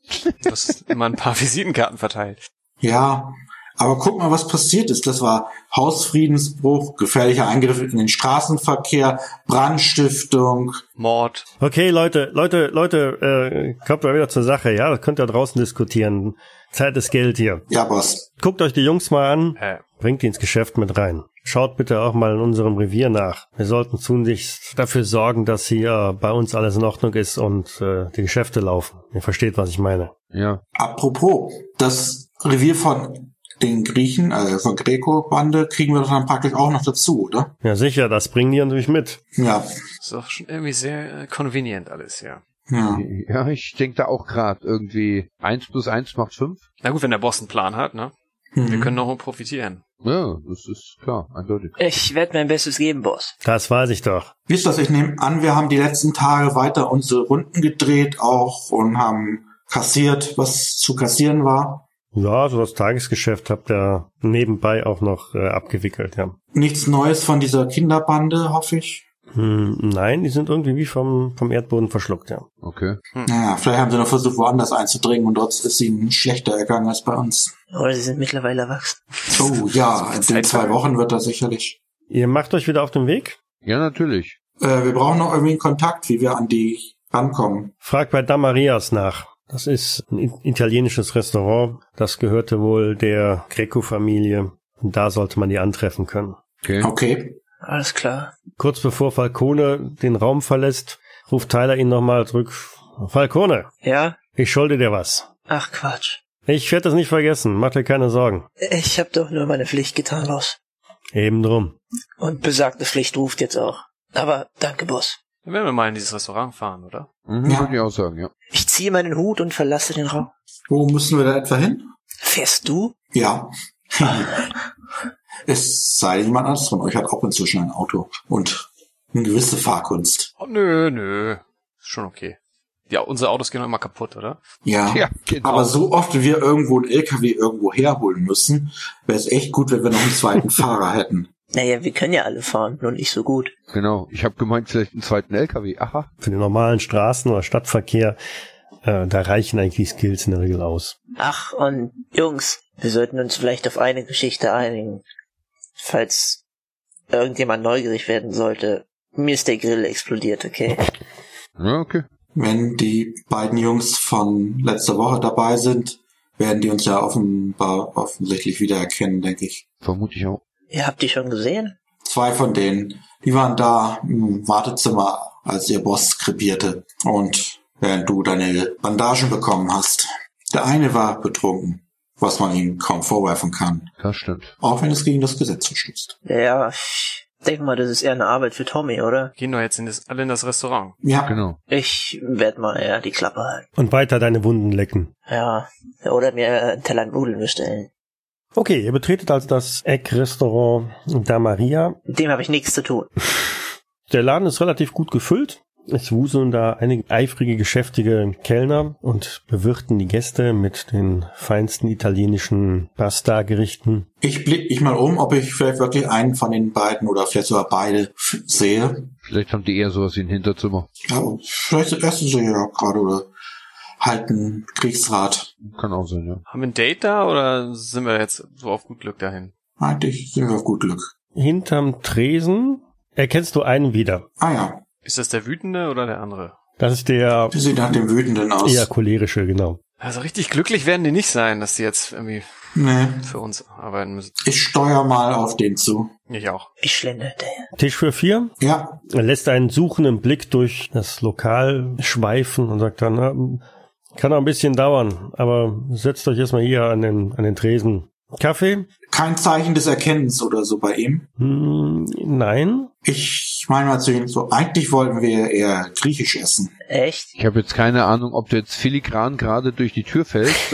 [SPEAKER 2] Du hast immer ein paar Visitenkarten verteilt.
[SPEAKER 4] Ja. Aber guck mal, was passiert ist. Das war Hausfriedensbruch, gefährlicher Eingriff in den Straßenverkehr, Brandstiftung.
[SPEAKER 2] Mord.
[SPEAKER 1] Okay, Leute, Leute, Leute, äh, kommt mal wieder zur Sache, ja? Das könnt ihr draußen diskutieren. Zeit ist Geld hier.
[SPEAKER 4] Ja, Boss.
[SPEAKER 1] Guckt euch die Jungs mal an.
[SPEAKER 2] Äh,
[SPEAKER 1] Bringt die ins Geschäft mit rein. Schaut bitte auch mal in unserem Revier nach. Wir sollten tunlichst dafür sorgen, dass hier äh, bei uns alles in Ordnung ist und äh, die Geschäfte laufen. Ihr versteht, was ich meine.
[SPEAKER 5] Ja.
[SPEAKER 4] Apropos, das Revier von den Griechen, äh, von Greco-Bande, kriegen wir doch dann praktisch auch noch dazu, oder?
[SPEAKER 1] Ja sicher, das bringen die natürlich mit.
[SPEAKER 4] Ja.
[SPEAKER 2] ist doch schon irgendwie sehr äh, convenient alles, ja.
[SPEAKER 4] Ja.
[SPEAKER 5] Ja, ich denke da auch gerade irgendwie eins plus eins macht fünf.
[SPEAKER 2] Na gut, wenn der Boss einen Plan hat, ne? Wir
[SPEAKER 4] Mhm.
[SPEAKER 2] können noch profitieren.
[SPEAKER 5] Ja, das ist klar, eindeutig.
[SPEAKER 3] Ich werde mein Bestes geben, Boss.
[SPEAKER 1] Das weiß ich doch.
[SPEAKER 4] Wisst ihr was, ich nehme an, wir haben die letzten Tage weiter unsere Runden gedreht auch und haben kassiert, was zu kassieren war.
[SPEAKER 1] Ja, so das Tagesgeschäft habt ihr nebenbei auch noch äh, abgewickelt, ja.
[SPEAKER 4] Nichts Neues von dieser Kinderbande, hoffe ich.
[SPEAKER 1] Hm, nein, die sind irgendwie wie vom, vom Erdboden verschluckt, ja.
[SPEAKER 5] Okay.
[SPEAKER 4] Ja, vielleicht haben sie noch versucht, woanders einzudringen und dort ist ihnen schlechter ergangen als bei uns.
[SPEAKER 3] Aber sie sind mittlerweile erwachsen.
[SPEAKER 4] Oh ja, in den zwei Wochen wird das sicherlich.
[SPEAKER 1] Ihr macht euch wieder auf den Weg?
[SPEAKER 5] Ja, natürlich.
[SPEAKER 4] Äh, wir brauchen noch irgendwie einen Kontakt, wie wir an die rankommen.
[SPEAKER 1] Fragt bei Damarias nach. Das ist ein i- italienisches Restaurant. Das gehörte wohl der Greco-Familie. Und da sollte man die antreffen können.
[SPEAKER 5] Okay.
[SPEAKER 4] Okay.
[SPEAKER 3] Alles klar.
[SPEAKER 1] Kurz bevor Falcone den Raum verlässt, ruft Tyler ihn nochmal zurück. Falcone,
[SPEAKER 3] Ja?
[SPEAKER 1] ich schulde dir was.
[SPEAKER 3] Ach Quatsch.
[SPEAKER 1] Ich werde das nicht vergessen. Mach dir keine Sorgen.
[SPEAKER 3] Ich hab doch nur meine Pflicht getan, Boss.
[SPEAKER 1] Eben drum.
[SPEAKER 3] Und besagte Pflicht ruft jetzt auch. Aber danke, Boss.
[SPEAKER 2] Dann werden wir mal in dieses Restaurant fahren, oder?
[SPEAKER 5] Mhm,
[SPEAKER 4] Ja.
[SPEAKER 5] Würde ich auch sagen, ja.
[SPEAKER 3] Ich ziehe meinen Hut und verlasse den Raum.
[SPEAKER 4] Wo müssen wir da etwa hin?
[SPEAKER 3] Fährst du?
[SPEAKER 4] Ja. es sei denn, jemand anderes von euch hat auch inzwischen ein Auto und eine gewisse Fahrkunst.
[SPEAKER 2] Oh, nö, nö. Ist schon okay. Ja, unsere Autos gehen doch immer kaputt, oder?
[SPEAKER 4] Ja.
[SPEAKER 5] Ja, genau.
[SPEAKER 4] Aber so oft wie wir irgendwo einen LKW irgendwo herholen müssen, wäre es echt gut, wenn wir noch einen zweiten Fahrer hätten.
[SPEAKER 3] Naja, wir können ja alle fahren, nur nicht so gut.
[SPEAKER 5] genau. Ich habe gemeint, vielleicht einen zweiten LKW. Aha.
[SPEAKER 1] Für den normalen Straßen- oder Stadtverkehr, äh, da reichen eigentlich die Skills in der Regel aus.
[SPEAKER 3] Ach, und Jungs, wir sollten uns vielleicht auf eine Geschichte einigen. Falls irgendjemand neugierig werden sollte. Mir ist der Grill explodiert, okay?
[SPEAKER 5] Ja, okay.
[SPEAKER 4] Wenn die beiden Jungs von letzter Woche dabei sind, werden die uns ja offenbar offensichtlich wiedererkennen, denke ich.
[SPEAKER 5] Vermute ich auch.
[SPEAKER 3] Ihr habt die schon gesehen?
[SPEAKER 4] Zwei von denen, die waren da im Wartezimmer, als ihr Boss krepierte und während du deine Bandagen bekommen hast. Der eine war betrunken, was man ihm kaum vorwerfen kann,
[SPEAKER 5] Das stimmt.
[SPEAKER 4] auch wenn es gegen das Gesetz verstößt.
[SPEAKER 3] Ja, ich denk mal, das ist eher eine Arbeit für Tommy, oder?
[SPEAKER 2] Gehen doch jetzt in das, alle in das Restaurant.
[SPEAKER 4] Ja,
[SPEAKER 5] Genau.
[SPEAKER 3] Ich werd mal eher die Klappe halten.
[SPEAKER 1] Und weiter deine Wunden lecken.
[SPEAKER 3] Ja, oder mir einen Teller Nudeln bestellen.
[SPEAKER 1] Okay, ihr betretet also das Eckrestaurant Da Maria.
[SPEAKER 3] Mit dem habe ich nichts zu tun.
[SPEAKER 1] Der Laden ist relativ gut gefüllt. Es wuseln da einige eifrige, geschäftige Kellner und bewirten die Gäste mit den feinsten italienischen Pasta-Gerichten.
[SPEAKER 4] Ich blick mich mal um, ob ich vielleicht wirklich einen von den beiden oder vielleicht sogar beide f- sehe.
[SPEAKER 5] Vielleicht haben die eher sowas wie ein Hinterzimmer.
[SPEAKER 4] Ja, vielleicht essen sie ja gerade oder halten Kriegsrat.
[SPEAKER 5] Kann auch sein, ja.
[SPEAKER 2] Haben wir ein Date da oder sind wir jetzt so auf gut Glück dahin?
[SPEAKER 4] Eigentlich sind wir auf gut Glück.
[SPEAKER 1] Hinterm Tresen erkennst du einen wieder.
[SPEAKER 4] Ah ja,
[SPEAKER 2] Ist das der Wütende oder der andere?
[SPEAKER 1] Das ist der
[SPEAKER 4] sie sieht nach dem Wütenden aus.
[SPEAKER 1] eher cholerische, genau.
[SPEAKER 2] Also richtig glücklich werden die nicht sein, dass die jetzt irgendwie
[SPEAKER 4] Nee,
[SPEAKER 2] für uns arbeiten müssen.
[SPEAKER 4] ich steuer mal auf den zu.
[SPEAKER 2] Ich auch.
[SPEAKER 3] Ich schlenderte.
[SPEAKER 1] Tisch für vier.
[SPEAKER 4] Ja,
[SPEAKER 1] Er lässt einen suchenden Blick durch das Lokal schweifen und sagt dann, "Na, kann noch ein bisschen dauern, aber setzt euch erstmal hier an den, an den Tresen. Kaffee?
[SPEAKER 4] kein Zeichen des Erkennens oder so bei ihm.
[SPEAKER 1] Hm, nein.
[SPEAKER 4] Ich meine mal zu ihm so, eigentlich wollten wir eher griechisch essen.
[SPEAKER 3] Echt?
[SPEAKER 5] Ich habe jetzt keine Ahnung, ob du jetzt filigran gerade durch die Tür fällst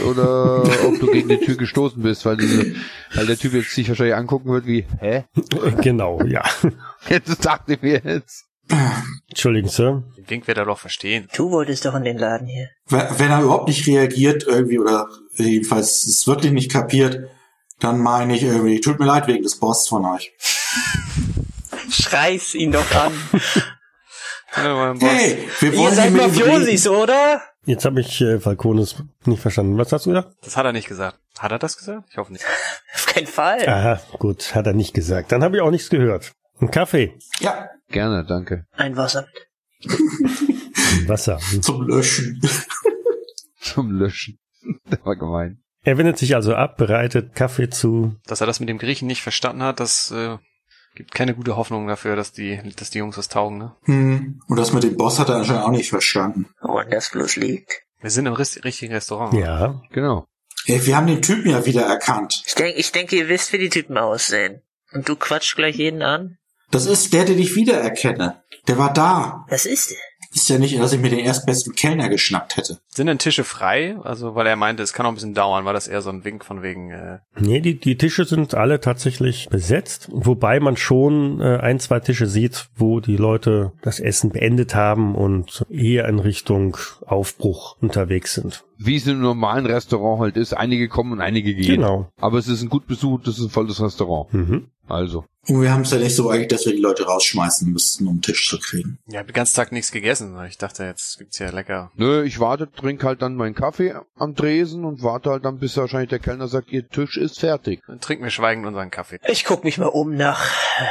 [SPEAKER 5] oder ob du gegen die Tür gestoßen bist, weil, diese, weil der Typ jetzt dich wahrscheinlich angucken wird wie, hä?
[SPEAKER 1] genau, ja.
[SPEAKER 5] Jetzt dachte ich mir jetzt.
[SPEAKER 1] Entschuldigen, Sir.
[SPEAKER 2] Den Wink wird er doch verstehen.
[SPEAKER 3] Du wolltest doch in den Laden hier.
[SPEAKER 4] We- Wenn er überhaupt nicht reagiert irgendwie oder jedenfalls es wirklich nicht kapiert, dann meine ich irgendwie, tut mir leid wegen des Boss von euch.
[SPEAKER 3] Schreis ihn doch an.
[SPEAKER 4] Hey, wir
[SPEAKER 3] Ihr
[SPEAKER 4] wollen
[SPEAKER 3] seid
[SPEAKER 4] nicht mit ihm
[SPEAKER 3] Mafiosis,
[SPEAKER 4] reden.
[SPEAKER 3] oder?
[SPEAKER 1] Jetzt habe ich äh, Falcones nicht verstanden. Was hast du gedacht?
[SPEAKER 2] Das hat er nicht gesagt. Hat er das gesagt? Ich hoffe nicht.
[SPEAKER 3] Auf keinen Fall.
[SPEAKER 1] Aha, gut, hat er nicht gesagt. Dann habe ich auch nichts gehört. Ein Kaffee,
[SPEAKER 4] Ja,
[SPEAKER 5] Gerne, danke.
[SPEAKER 3] Ein Wasser mit.
[SPEAKER 1] ein Wasser.
[SPEAKER 4] zum Löschen.
[SPEAKER 5] Zum Löschen. Der war gemein.
[SPEAKER 1] Er wendet sich also ab, bereitet Kaffee zu.
[SPEAKER 2] Dass er das mit dem Griechen nicht verstanden hat, das äh, gibt keine gute Hoffnung dafür, dass die, dass die Jungs das taugen. Ne?
[SPEAKER 4] Hm. Und das mit dem Boss hat er anscheinend auch nicht verstanden.
[SPEAKER 3] Woran Oh, das bloß liegt.
[SPEAKER 2] Wir sind im ris- richtigen Restaurant.
[SPEAKER 1] Ja,
[SPEAKER 5] Genau.
[SPEAKER 4] Ey, wir haben den Typen ja wieder erkannt.
[SPEAKER 3] Ich denke, ich denke, ihr wisst, wie die Typen aussehen. Und du quatschst gleich jeden an?
[SPEAKER 4] Das ist der, den ich wiedererkenne. Der war da.
[SPEAKER 3] Was ist er?
[SPEAKER 4] Ist ja nicht, dass ich mir den erstbesten Kellner geschnappt hätte.
[SPEAKER 2] Sind denn Tische frei? Also, weil er meinte, es kann auch ein bisschen dauern, war das eher so ein Wink von wegen, äh,
[SPEAKER 1] nee, die, die Tische sind alle tatsächlich besetzt, wobei man schon äh, ein, zwei Tische sieht, wo die Leute das Essen beendet haben und eher in Richtung Aufbruch unterwegs sind.
[SPEAKER 5] Wie es im normalen Restaurant halt ist, einige kommen und einige gehen.
[SPEAKER 1] Genau.
[SPEAKER 5] Aber es ist ein gut besuchtes, ein volles Restaurant.
[SPEAKER 1] Mhm.
[SPEAKER 5] Also,
[SPEAKER 4] Und wir haben es ja nicht so eigentlich, dass wir die Leute rausschmeißen müssten, um einen Tisch zu kriegen.
[SPEAKER 2] Ja, ich hab den ganzen Tag nichts gegessen. weil Ich dachte, jetzt gibt's ja lecker.
[SPEAKER 5] nö, ich warte, trink halt dann meinen Kaffee am Dresen und warte halt dann, bis wahrscheinlich der Kellner sagt, ihr Tisch ist fertig.
[SPEAKER 2] Dann trinken wir schweigend unseren Kaffee.
[SPEAKER 3] Ich guck mich mal um nach äh,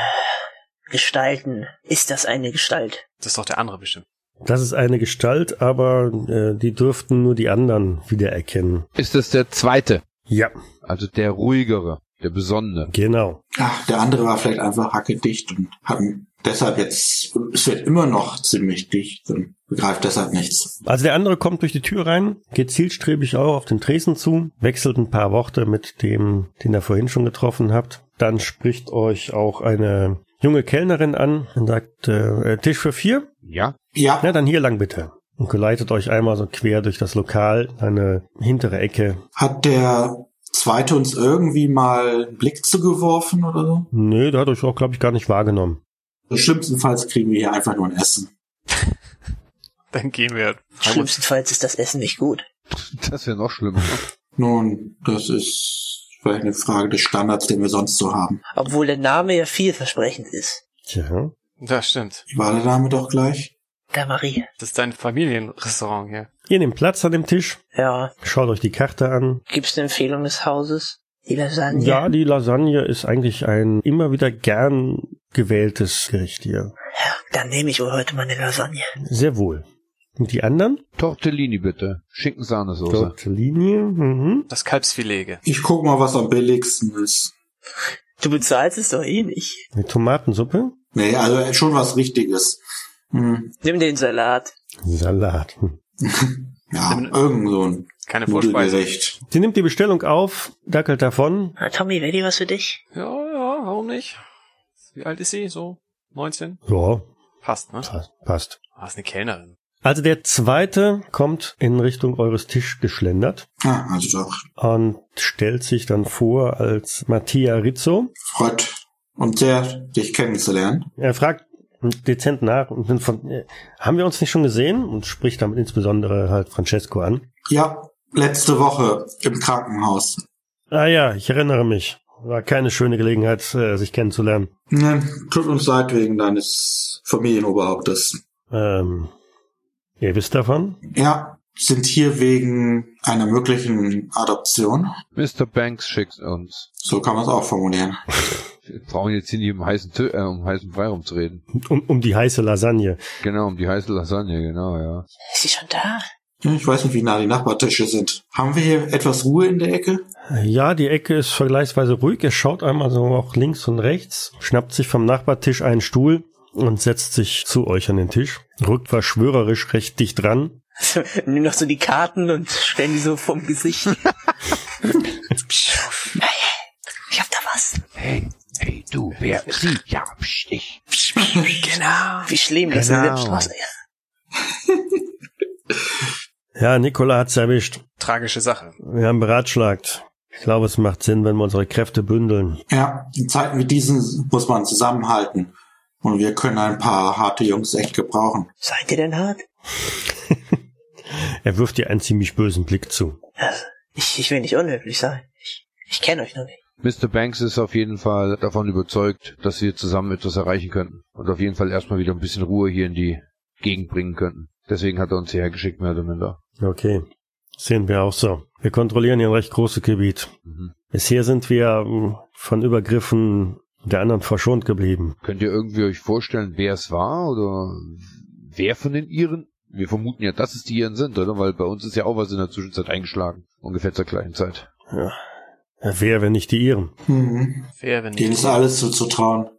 [SPEAKER 3] Gestalten. Ist das eine Gestalt?
[SPEAKER 2] Das ist doch der andere bestimmt.
[SPEAKER 1] Das ist eine Gestalt, aber äh, die dürften nur die anderen wiedererkennen.
[SPEAKER 6] Ist es der zweite?
[SPEAKER 1] Ja,
[SPEAKER 5] Also der ruhigere, der besonnene.
[SPEAKER 1] genau.
[SPEAKER 4] Ach, der andere war vielleicht einfach hackedicht und hat deshalb jetzt, es wird immer noch ziemlich dicht und begreift deshalb nichts.
[SPEAKER 1] Also der andere kommt durch die Tür rein, geht zielstrebig auch auf den Tresen zu, wechselt ein paar Worte mit dem, den ihr vorhin schon getroffen habt. Dann spricht euch auch eine junge Kellnerin an und sagt, äh, äh, Tisch für vier?
[SPEAKER 5] Ja?
[SPEAKER 4] Ja,
[SPEAKER 1] Na, dann hier lang bitte. Und geleitet euch einmal so quer durch das Lokal, eine hintere Ecke.
[SPEAKER 4] hat der zweite uns irgendwie mal einen Blick zugeworfen oder so? Also
[SPEAKER 1] Nö, da hat euch auch, glaube ich, gar nicht wahrgenommen.
[SPEAKER 4] Schlimmstenfalls kriegen wir hier einfach nur ein Essen.
[SPEAKER 2] Dann gehen wir.
[SPEAKER 3] Schlimmstenfalls ist das Essen nicht gut.
[SPEAKER 5] Das wäre noch schlimmer.
[SPEAKER 4] Nun, das ist vielleicht eine Frage des Standards, den wir sonst so haben.
[SPEAKER 3] Obwohl der Name ja vielversprechend ist.
[SPEAKER 1] Tja.
[SPEAKER 2] Das stimmt.
[SPEAKER 4] Wie war der Name doch gleich?
[SPEAKER 3] Der Marie.
[SPEAKER 2] Das ist dein Familienrestaurant hier.
[SPEAKER 1] Ihr nehmt Platz an dem Tisch,
[SPEAKER 3] Ja.
[SPEAKER 1] schaut euch die Karte an.
[SPEAKER 3] Gibt's eine Empfehlung des Hauses? Die Lasagne?
[SPEAKER 1] Ja, die Lasagne ist eigentlich ein immer wieder gern gewähltes Gericht hier.
[SPEAKER 3] Dann nehme ich wohl heute mal eine Lasagne.
[SPEAKER 1] Sehr wohl. Und die anderen?
[SPEAKER 5] Tortellini bitte. Schinkensahnesoße.
[SPEAKER 1] Tortellini. Mhm.
[SPEAKER 2] Das Kalbsfilet.
[SPEAKER 4] Ich guck mal, was am billigsten ist.
[SPEAKER 3] Du bezahlst es doch eh nicht.
[SPEAKER 1] Eine Tomatensuppe.
[SPEAKER 4] Nee, also schon was Richtiges. Hm.
[SPEAKER 3] Nimm den Salat.
[SPEAKER 1] Salat. Hm.
[SPEAKER 4] Ja, irgend so ein
[SPEAKER 2] Keine Vorspeise.
[SPEAKER 4] Nudelgericht.
[SPEAKER 1] Sie nimmt die Bestellung auf, dackelt davon.
[SPEAKER 3] Na, Tommy, wäre dir was für dich?
[SPEAKER 2] Ja, ja, warum nicht? Wie alt ist sie? So 19?
[SPEAKER 1] Ja,
[SPEAKER 2] Passt, ne?
[SPEAKER 1] pa- passt.
[SPEAKER 2] Ah, ist eine Kellnerin.
[SPEAKER 1] Also der zweite kommt in Richtung eures Tisch geschlendert
[SPEAKER 4] Ah, also doch.
[SPEAKER 1] und stellt sich dann vor als Mattia Rizzo.
[SPEAKER 4] Freut uns sehr, dich kennenzulernen.
[SPEAKER 1] Er fragt dezent nach und sind von, äh, haben wir uns nicht schon gesehen? Und spricht damit insbesondere halt Francesco an.
[SPEAKER 4] Ja, letzte Woche im Krankenhaus.
[SPEAKER 1] Ah ja, ich erinnere mich. War keine schöne Gelegenheit, äh, sich kennenzulernen.
[SPEAKER 4] Ne, tut uns leid wegen deines Familienoberhauptes.
[SPEAKER 1] Ähm, ihr wisst davon?
[SPEAKER 4] Ja, sind hier wegen einer möglichen Adoption.
[SPEAKER 5] Mr. Banks schickt uns.
[SPEAKER 4] So kann man es auch formulieren.
[SPEAKER 5] Wir brauchen jetzt hier nicht um heißen, Tö äh, um heißen Brei rumzureden.
[SPEAKER 1] Um, um die heiße Lasagne.
[SPEAKER 5] Genau, um die heiße Lasagne, genau, ja.
[SPEAKER 3] Ist sie schon da?
[SPEAKER 4] Ich weiß nicht, wie nah die Nachbartische sind. Haben wir hier etwas Ruhe in der Ecke?
[SPEAKER 1] Ja, die Ecke ist vergleichsweise ruhig. Er schaut einmal so auch links und rechts, schnappt sich vom Nachbartisch einen Stuhl und setzt sich zu euch an den Tisch. Rückt verschwörerisch recht dicht dran.
[SPEAKER 3] Nimm doch so die Karten und stell die so vom Gesicht. ich hab da was.
[SPEAKER 6] Hey, hey, du, wer? Sie, ja, psch, ich.
[SPEAKER 3] Genau. Wie schlimm das ist.
[SPEAKER 5] Genau.
[SPEAKER 3] Selbststraße.
[SPEAKER 1] Ja, Nicola hat's erwischt.
[SPEAKER 2] Tragische Sache.
[SPEAKER 1] Wir haben beratschlagt. Ich glaube, es macht Sinn, wenn wir unsere Kräfte bündeln.
[SPEAKER 4] Ja, in Zeiten wie diesen muss man zusammenhalten. Und wir können ein paar harte Jungs echt gebrauchen.
[SPEAKER 3] Seid ihr denn hart?
[SPEAKER 1] Er wirft dir einen ziemlich bösen Blick zu.
[SPEAKER 3] Also, ich, ich will nicht unhöflich sein. Ich, ich kenne euch noch nicht.
[SPEAKER 5] Mr. Banks ist auf jeden Fall davon überzeugt, dass wir zusammen etwas erreichen könnten. Und auf jeden Fall erstmal wieder ein bisschen Ruhe hier in die Gegend bringen könnten. Deswegen hat er uns hierher geschickt, mehr oder minder.
[SPEAKER 1] Okay. Sehen wir auch so. Wir kontrollieren hier ein recht großes Gebiet.
[SPEAKER 5] Mhm.
[SPEAKER 1] Bisher sind wir mh, von Übergriffen der anderen verschont geblieben.
[SPEAKER 5] Könnt ihr irgendwie euch vorstellen, wer es war oder wer von den Iren? Wir vermuten ja, dass es die Iren sind, oder? Weil bei uns ist ja auch was in der Zwischenzeit eingeschlagen. Ungefähr zur gleichen Zeit.
[SPEAKER 1] Wer, wenn nicht die Iren?
[SPEAKER 4] Mhm.
[SPEAKER 2] Wer, wenn
[SPEAKER 4] Denen
[SPEAKER 2] nicht?
[SPEAKER 4] ist alles zuzutrauen.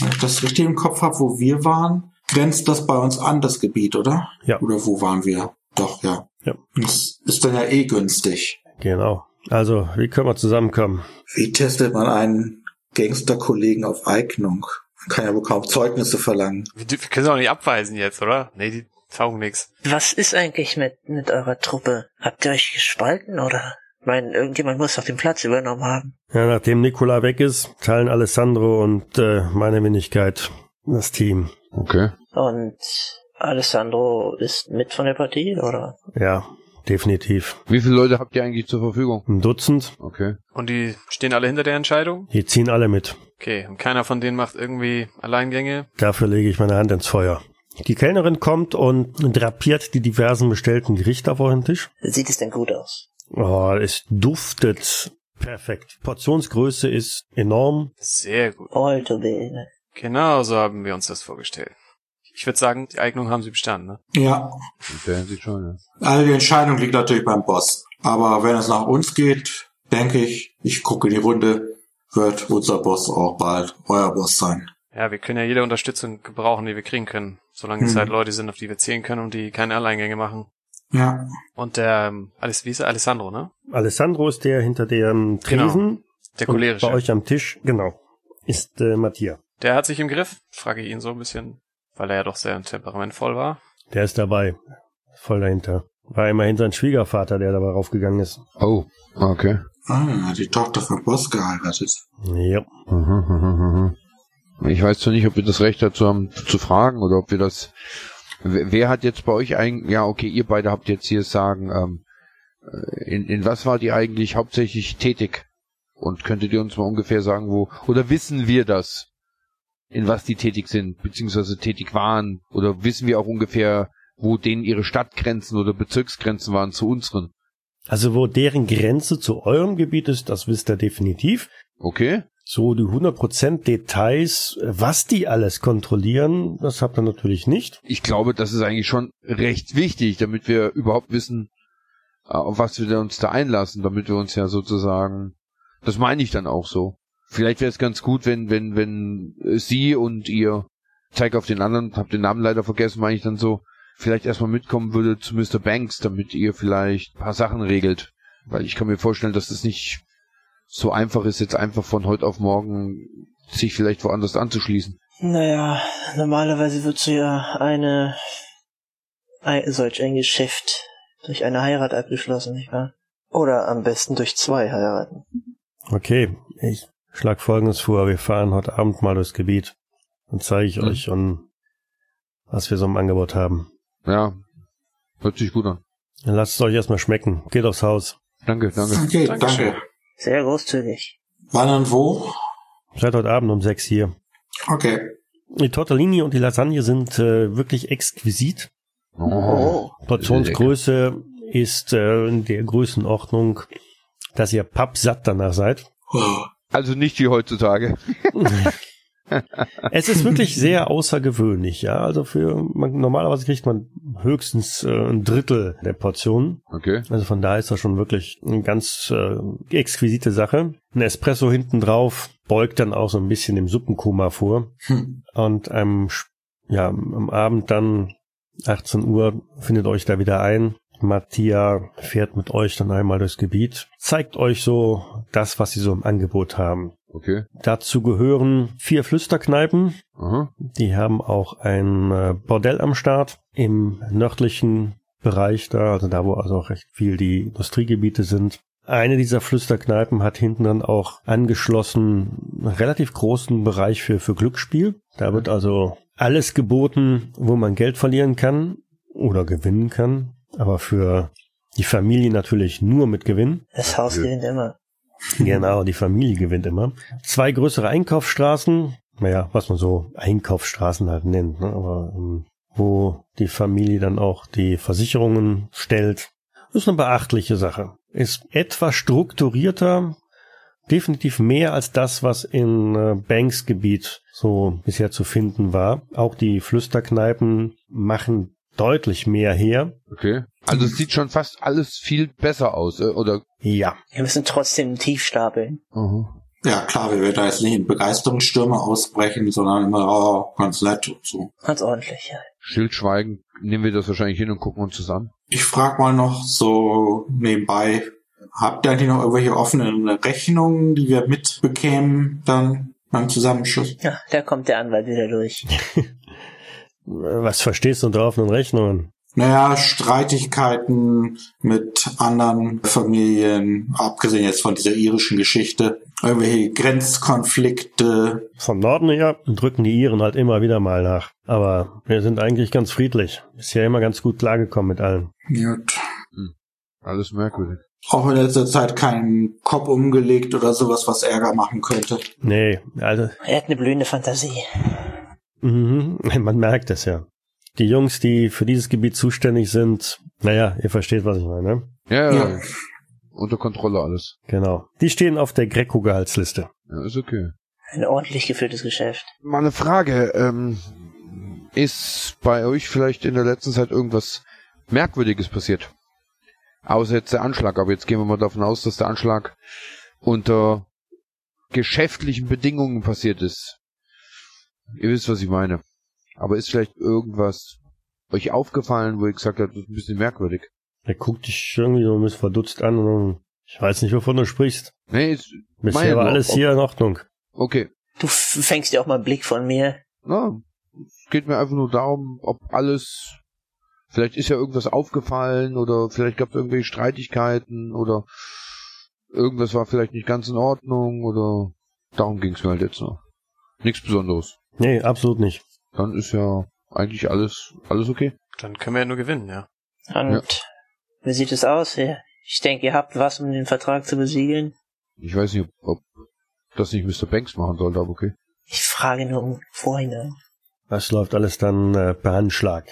[SPEAKER 4] Wenn ich das richtig im Kopf habe, wo wir waren, grenzt das bei uns an, das Gebiet, oder?
[SPEAKER 1] Ja.
[SPEAKER 4] Oder wo waren wir? Doch, ja.
[SPEAKER 1] Ja.
[SPEAKER 4] Das ist dann ja eh günstig.
[SPEAKER 1] Genau. Also, wie können wir zusammenkommen?
[SPEAKER 4] Wie testet man einen Gangsterkollegen auf Eignung? Kann ja wohl kaum Zeugnisse verlangen.
[SPEAKER 2] Wir, dür- wir können sie auch nicht abweisen jetzt, oder? Nee, die taugen nix.
[SPEAKER 3] Was ist eigentlich mit, mit eurer Truppe? Habt ihr euch gespalten oder? Ich meine, irgendjemand muss doch den Platz übernommen haben.
[SPEAKER 1] Ja, nachdem Nicola weg ist, teilen Alessandro und äh, meine Wenigkeit das Team.
[SPEAKER 5] Okay.
[SPEAKER 3] Und Alessandro ist mit von der Partie, oder?
[SPEAKER 1] Ja, definitiv.
[SPEAKER 5] Wie viele Leute habt ihr eigentlich zur Verfügung?
[SPEAKER 1] Ein Dutzend.
[SPEAKER 5] Okay.
[SPEAKER 2] Und die stehen alle hinter der Entscheidung?
[SPEAKER 1] Die ziehen alle mit.
[SPEAKER 2] Okay, und keiner von denen macht irgendwie Alleingänge.
[SPEAKER 1] Dafür lege ich meine Hand ins Feuer. Die Kellnerin kommt und drapiert die diversen bestellten Gerichte auf euren Tisch.
[SPEAKER 3] Sieht es denn gut aus?
[SPEAKER 1] Oh, es duftet perfekt. Portionsgröße ist enorm.
[SPEAKER 2] Sehr gut.
[SPEAKER 3] Alter Bene.
[SPEAKER 2] Genau so haben wir uns das vorgestellt. Ich würde sagen, die Eignung haben sie bestanden, ne?
[SPEAKER 4] Ja,
[SPEAKER 5] In der Hinsicht schon, ja.
[SPEAKER 4] also die Entscheidung liegt natürlich beim Boss. Aber wenn es nach uns geht, denke ich, ich gucke in die Runde, wird unser Boss auch bald euer Boss sein.
[SPEAKER 2] Ja, wir können ja jede Unterstützung gebrauchen, die wir kriegen können. Solange es
[SPEAKER 1] Hm.
[SPEAKER 4] Mhm.
[SPEAKER 2] halt Leute sind, auf die wir zählen können und die keine Alleingänge machen.
[SPEAKER 4] Ja,
[SPEAKER 2] Und der, ähm, Aless- wie ist er? Alessandro, ne?
[SPEAKER 1] Alessandro ist der hinter dem Tresen.
[SPEAKER 2] Genau, Der
[SPEAKER 1] Und Bei
[SPEAKER 2] cholerische.
[SPEAKER 1] euch am Tisch, genau, ist äh, Mattia.
[SPEAKER 2] Der hat sich im Griff, frage ich ihn so ein bisschen, weil er ja doch sehr temperamentvoll war.
[SPEAKER 1] Der ist dabei. Voll dahinter. War immerhin sein Schwiegervater, der dabei raufgegangen ist.
[SPEAKER 5] Oh, okay.
[SPEAKER 4] ah, die Tochter vom Boss geheiratet.
[SPEAKER 1] Ja.
[SPEAKER 5] Mhm, mhm, mhm. Ich weiß zwar nicht, ob wir das Recht dazu haben zu fragen oder ob wir das. Wer wer hat jetzt bei euch eigentlich? Ja, okay, ihr beide habt jetzt hier sagen. Ähm, äh, in, in was war die eigentlich hauptsächlich tätig? Und könntet ihr uns mal ungefähr sagen, wo? Oder wissen wir das? In was die tätig sind, beziehungsweise tätig waren? Oder wissen wir auch ungefähr, wo denen ihre Stadtgrenzen oder Bezirksgrenzen waren zu unseren?
[SPEAKER 1] Also wo deren Grenze zu eurem Gebiet ist, das wisst ihr definitiv.
[SPEAKER 5] Okay?
[SPEAKER 1] So die 100% Details, was die alles kontrollieren, das habt ihr natürlich nicht.
[SPEAKER 5] ich glaube, das ist eigentlich schon recht wichtig, damit wir überhaupt wissen, äh, auf was wir da uns da einlassen, damit wir uns ja sozusagen, das meine ich dann auch so. Vielleicht wäre es ganz gut, wenn, wenn, wenn äh, sie und ihr, zeig auf den anderen, hab den Namen leider vergessen, meine ich dann so, vielleicht erstmal mitkommen würde zu Mr. Banks, damit ihr vielleicht ein paar Sachen regelt. Weil ich kann mir vorstellen, dass es nicht so einfach ist, jetzt einfach von heute auf morgen sich vielleicht woanders anzuschließen.
[SPEAKER 3] Naja, normalerweise würdest du ja eine, ein, solch ein Geschäft durch eine Heirat abgeschlossen, nicht wahr? Oder am besten durch zwei heiraten.
[SPEAKER 1] Okay, ich schlag folgendes vor. Wir fahren heute Abend mal durchs Gebiet. Dann zeige ich
[SPEAKER 5] Mhm.
[SPEAKER 1] euch und was wir so im Angebot haben.
[SPEAKER 5] Ja, hört sich gut an.
[SPEAKER 1] Dann lasst es euch erstmal schmecken. Geht aufs Haus.
[SPEAKER 5] Danke, danke.
[SPEAKER 4] Okay,
[SPEAKER 2] Dankeschön.
[SPEAKER 4] danke.
[SPEAKER 3] Sehr großzügig.
[SPEAKER 4] Wann und wo?
[SPEAKER 1] Seid heute Abend um sechs hier.
[SPEAKER 4] Okay.
[SPEAKER 1] Die Tortellini und die Lasagne sind äh, wirklich exquisit.
[SPEAKER 5] Oh.
[SPEAKER 1] Portionsgröße ist äh, in der Größenordnung, dass ihr pappsatt danach seid.
[SPEAKER 4] Oh,
[SPEAKER 5] Also nicht wie heutzutage.
[SPEAKER 1] Es ist wirklich sehr außergewöhnlich, ja. Also für man, normalerweise kriegt man höchstens äh, ein Drittel der Portionen.
[SPEAKER 5] Okay.
[SPEAKER 1] Also von daher ist das schon wirklich eine ganz äh, exquisite Sache. Ein Espresso hinten drauf beugt dann auch so ein bisschen dem Suppenkoma vor.
[SPEAKER 4] Hm.
[SPEAKER 1] Und am, Sch- ja, am Abend dann 18 Uhr findet euch da wieder ein. Mattia fährt mit euch dann einmal durchs Gebiet, zeigt euch so das, was sie so im Angebot haben.
[SPEAKER 5] Okay.
[SPEAKER 1] Dazu gehören vier Flüsterkneipen.
[SPEAKER 5] Aha.
[SPEAKER 1] Die haben auch ein äh, Bordell am Start im nördlichen Bereich da, also da, wo also auch recht viel die Industriegebiete sind. Eine dieser Flüsterkneipen hat hinten dann auch angeschlossen einen relativ großen Bereich für, für Glücksspiel. Da wird also alles geboten, wo man Geld verlieren kann oder gewinnen kann, aber für die Familie natürlich nur mit Gewinn.
[SPEAKER 3] Das Haus
[SPEAKER 5] Ja.
[SPEAKER 3] gewinnt immer.
[SPEAKER 1] Genau, die Familie gewinnt immer. Zwei größere Einkaufsstraßen, naja, was man so Einkaufsstraßen halt nennt, ne? aber ähm, wo die Familie dann auch die Versicherungen stellt, ist eine beachtliche Sache. Ist etwas strukturierter, definitiv mehr als das, was in äh, Banks Gebiet so bisher zu finden war. Auch die Flüsterkneipen machen deutlich mehr her.
[SPEAKER 5] Okay. Also es sieht schon fast alles viel besser aus, äh, oder?
[SPEAKER 1] Ja,
[SPEAKER 3] Wir müssen trotzdem tief stapeln.
[SPEAKER 5] Aha.
[SPEAKER 4] Ja, klar, wir werden da jetzt nicht in Begeisterungsstürme ausbrechen, sondern immer oh, ganz nett und so.
[SPEAKER 3] Ganz ordentlich, ja.
[SPEAKER 5] Schildschweigen nehmen wir das wahrscheinlich hin und gucken uns zusammen.
[SPEAKER 4] Ich frag mal noch so nebenbei, habt ihr eigentlich noch irgendwelche offenen Rechnungen, die wir mitbekämen dann beim Zusammenschuss?
[SPEAKER 3] Ja, da kommt der Anwalt wieder durch.
[SPEAKER 1] was verstehst du unter offenen Rechnungen?
[SPEAKER 4] Naja, Streitigkeiten mit anderen Familien, abgesehen jetzt von dieser irischen Geschichte, irgendwelche Grenzkonflikte.
[SPEAKER 1] vom Norden her drücken die Iren halt immer wieder mal nach. Aber wir sind eigentlich ganz friedlich. Ist ja immer ganz gut klargekommen mit allen.
[SPEAKER 4] Gut.
[SPEAKER 5] Alles merkwürdig.
[SPEAKER 4] Auch in letzter Zeit keinen Kopf umgelegt oder sowas, was Ärger machen könnte.
[SPEAKER 1] Nee, also
[SPEAKER 3] Er hat eine blühende Fantasie.
[SPEAKER 1] Mhm, man merkt es ja. Die Jungs, die für dieses Gebiet zuständig sind, naja, ihr versteht, was ich meine. ne?
[SPEAKER 5] Ja, ja.
[SPEAKER 4] Ja.
[SPEAKER 5] Unter Kontrolle alles.
[SPEAKER 1] Genau. Die stehen auf der Greco-Gehaltsliste.
[SPEAKER 5] Ja, ist okay.
[SPEAKER 3] Ein ordentlich geführtes Geschäft.
[SPEAKER 5] Mal eine Frage. Ähm, ist bei euch vielleicht in der letzten Zeit irgendwas Merkwürdiges passiert? Außer jetzt der Anschlag. Aber jetzt gehen wir mal davon aus, dass der Anschlag unter geschäftlichen Bedingungen passiert ist. Ihr wisst, was ich meine. Aber ist vielleicht irgendwas euch aufgefallen, wo ihr gesagt habt, das ist ein bisschen merkwürdig?
[SPEAKER 1] Er guckt dich irgendwie so ein bisschen verdutzt an und ich weiß nicht, wovon du sprichst.
[SPEAKER 5] Nee, ist,
[SPEAKER 1] Bisher
[SPEAKER 5] Meine
[SPEAKER 1] war
[SPEAKER 5] nur,
[SPEAKER 1] alles
[SPEAKER 5] ob-
[SPEAKER 1] hier in Ordnung.
[SPEAKER 5] okay.
[SPEAKER 3] Du f- fängst ja auch mal einen Blick von mir.
[SPEAKER 5] Na, es geht mir einfach nur darum, ob alles. Vielleicht ist ja irgendwas aufgefallen oder vielleicht gab es irgendwelche Streitigkeiten oder irgendwas war vielleicht nicht ganz in Ordnung oder darum ging es mir halt jetzt noch. Nichts Besonderes.
[SPEAKER 1] Nee, absolut nicht.
[SPEAKER 5] Dann ist ja eigentlich alles alles okay.
[SPEAKER 2] Dann können wir ja nur gewinnen, ja.
[SPEAKER 3] Und wie sieht es aus hier? Ich denke, ihr habt was, um den Vertrag zu besiegeln.
[SPEAKER 5] Ich weiß nicht, ob, ob das nicht Mr. Banks machen sollte, aber okay.
[SPEAKER 3] Ich frage nur im Vorhinein.
[SPEAKER 1] Das läuft alles dann äh, per Handschlag.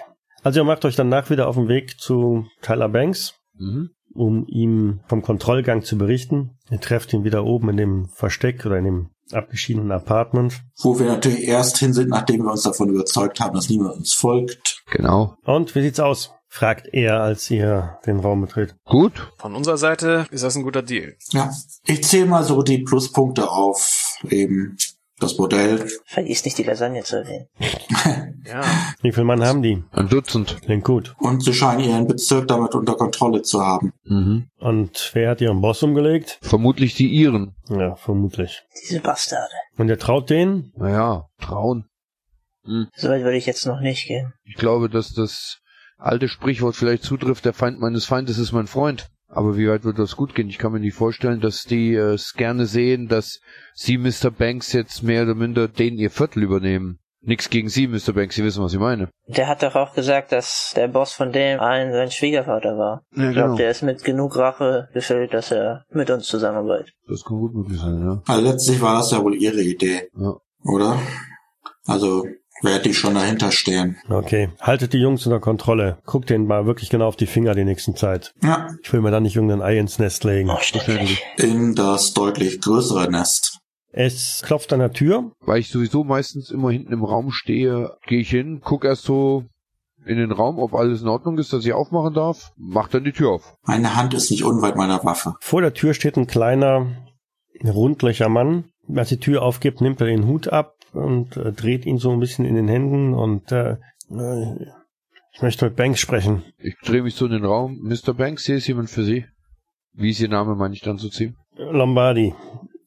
[SPEAKER 1] Also ihr macht euch danach wieder auf den Weg zu Tyler Banks,
[SPEAKER 5] Mhm.
[SPEAKER 1] um ihm vom Kontrollgang zu berichten. Ihr trefft ihn wieder oben in dem Versteck oder in dem abgeschiedenen Apartment.
[SPEAKER 4] Wo wir natürlich erst hin sind, nachdem wir uns davon überzeugt haben, dass niemand uns folgt.
[SPEAKER 5] Genau.
[SPEAKER 1] Und wie sieht's aus? fragt er, als ihr den Raum betritt.
[SPEAKER 5] Gut.
[SPEAKER 2] Von unserer Seite ist das ein guter Deal.
[SPEAKER 4] Ja, ich zähle mal so die Pluspunkte auf. Eben das Modell.
[SPEAKER 3] Vergiss nicht, die Lasagne zu erwähnen.
[SPEAKER 2] Ja.
[SPEAKER 1] Wie viel Mann haben die?
[SPEAKER 5] Ein Dutzend.
[SPEAKER 1] Klingt gut.
[SPEAKER 4] Und sie scheinen ihren Bezirk damit unter Kontrolle zu haben.
[SPEAKER 5] Mhm.
[SPEAKER 1] Und wer hat ihren Boss umgelegt?
[SPEAKER 5] Vermutlich die Iren.
[SPEAKER 1] Ja, vermutlich.
[SPEAKER 3] Diese Bastarde.
[SPEAKER 1] Und ihr traut denen?
[SPEAKER 5] Naja, trauen.
[SPEAKER 3] Soweit würde ich jetzt noch nicht gehen.
[SPEAKER 5] Ich glaube, dass das alte Sprichwort vielleicht zutrifft, der Feind meines Feindes ist mein Freund. Aber wie weit wird das gut gehen? Ich kann mir nicht vorstellen, dass die äh, es gerne sehen, dass sie Mr. Banks jetzt mehr oder minder den ihr Viertel übernehmen. Nix gegen sie, Mr. Banks, Sie wissen, was ich meine.
[SPEAKER 3] Der hat doch auch gesagt, dass der Boss von dem allen sein Schwiegervater war.
[SPEAKER 5] Ja,
[SPEAKER 3] Ich glaube, der ist mit genug Rache gefüllt, dass er mit uns zusammenarbeitet.
[SPEAKER 5] Das kann gut möglich sein, ja.
[SPEAKER 4] Also letztlich war das ja wohl ihre Idee,
[SPEAKER 5] Ja.
[SPEAKER 4] oder? Also wird die schon dahinter stehen.
[SPEAKER 1] Okay. Haltet die Jungs unter Kontrolle. Guckt denen mal wirklich genau auf die Finger die nächsten Zeit.
[SPEAKER 4] Ja,
[SPEAKER 1] Ich will mir da nicht irgendein Ei ins Nest legen.
[SPEAKER 3] Oh, schrecklich.
[SPEAKER 4] in das deutlich größere Nest.
[SPEAKER 1] Es klopft an der Tür.
[SPEAKER 5] Weil ich sowieso meistens immer hinten im Raum stehe, gehe ich hin, guck erst so in den Raum, ob alles in Ordnung ist, dass ich aufmachen darf, mach dann die Tür auf.
[SPEAKER 4] Meine Hand ist nicht unweit meiner Waffe.
[SPEAKER 1] Vor der Tür steht ein kleiner, rundlicher Mann. Als die Tür aufgibt, nimmt er den Hut ab und äh, dreht ihn so ein bisschen in den Händen und äh, äh, ich möchte mit Banks sprechen.
[SPEAKER 5] Ich drehe mich so in den Raum. Mr. Banks, hier ist jemand für Sie. Wie ist Ihr Name, meine ich dann zu ziehen?
[SPEAKER 1] Lombardi.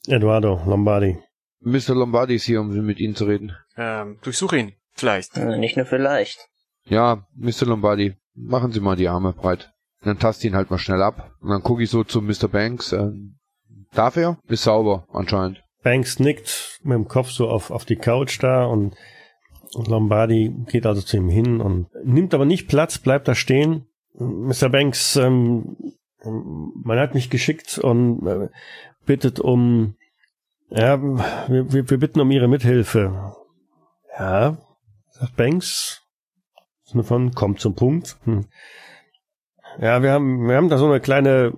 [SPEAKER 1] Eduardo Lombardi.
[SPEAKER 5] Mr. Lombardi ist hier, um mit Ihnen zu reden.
[SPEAKER 2] Ähm, durchsuch ihn. Vielleicht.
[SPEAKER 3] Also nicht nur vielleicht.
[SPEAKER 5] Ja, Mr. Lombardi, machen Sie mal die Arme breit. Dann tast ihn halt mal schnell ab. Und dann gucke ich so zu Mr. Banks. Äh, darf er? Ist sauber, anscheinend.
[SPEAKER 1] Banks nickt mit dem Kopf so auf, auf die Couch da und Lombardi geht also zu ihm hin und nimmt aber nicht Platz, bleibt da stehen. Mr. Banks, ähm, man hat mich geschickt und äh, bittet um, ja, wir, wir wir bitten um Ihre Mithilfe. Ja, sagt Banks. Im Sinne Von kommt zum Punkt. Hm. Ja, wir haben, wir haben da so eine kleine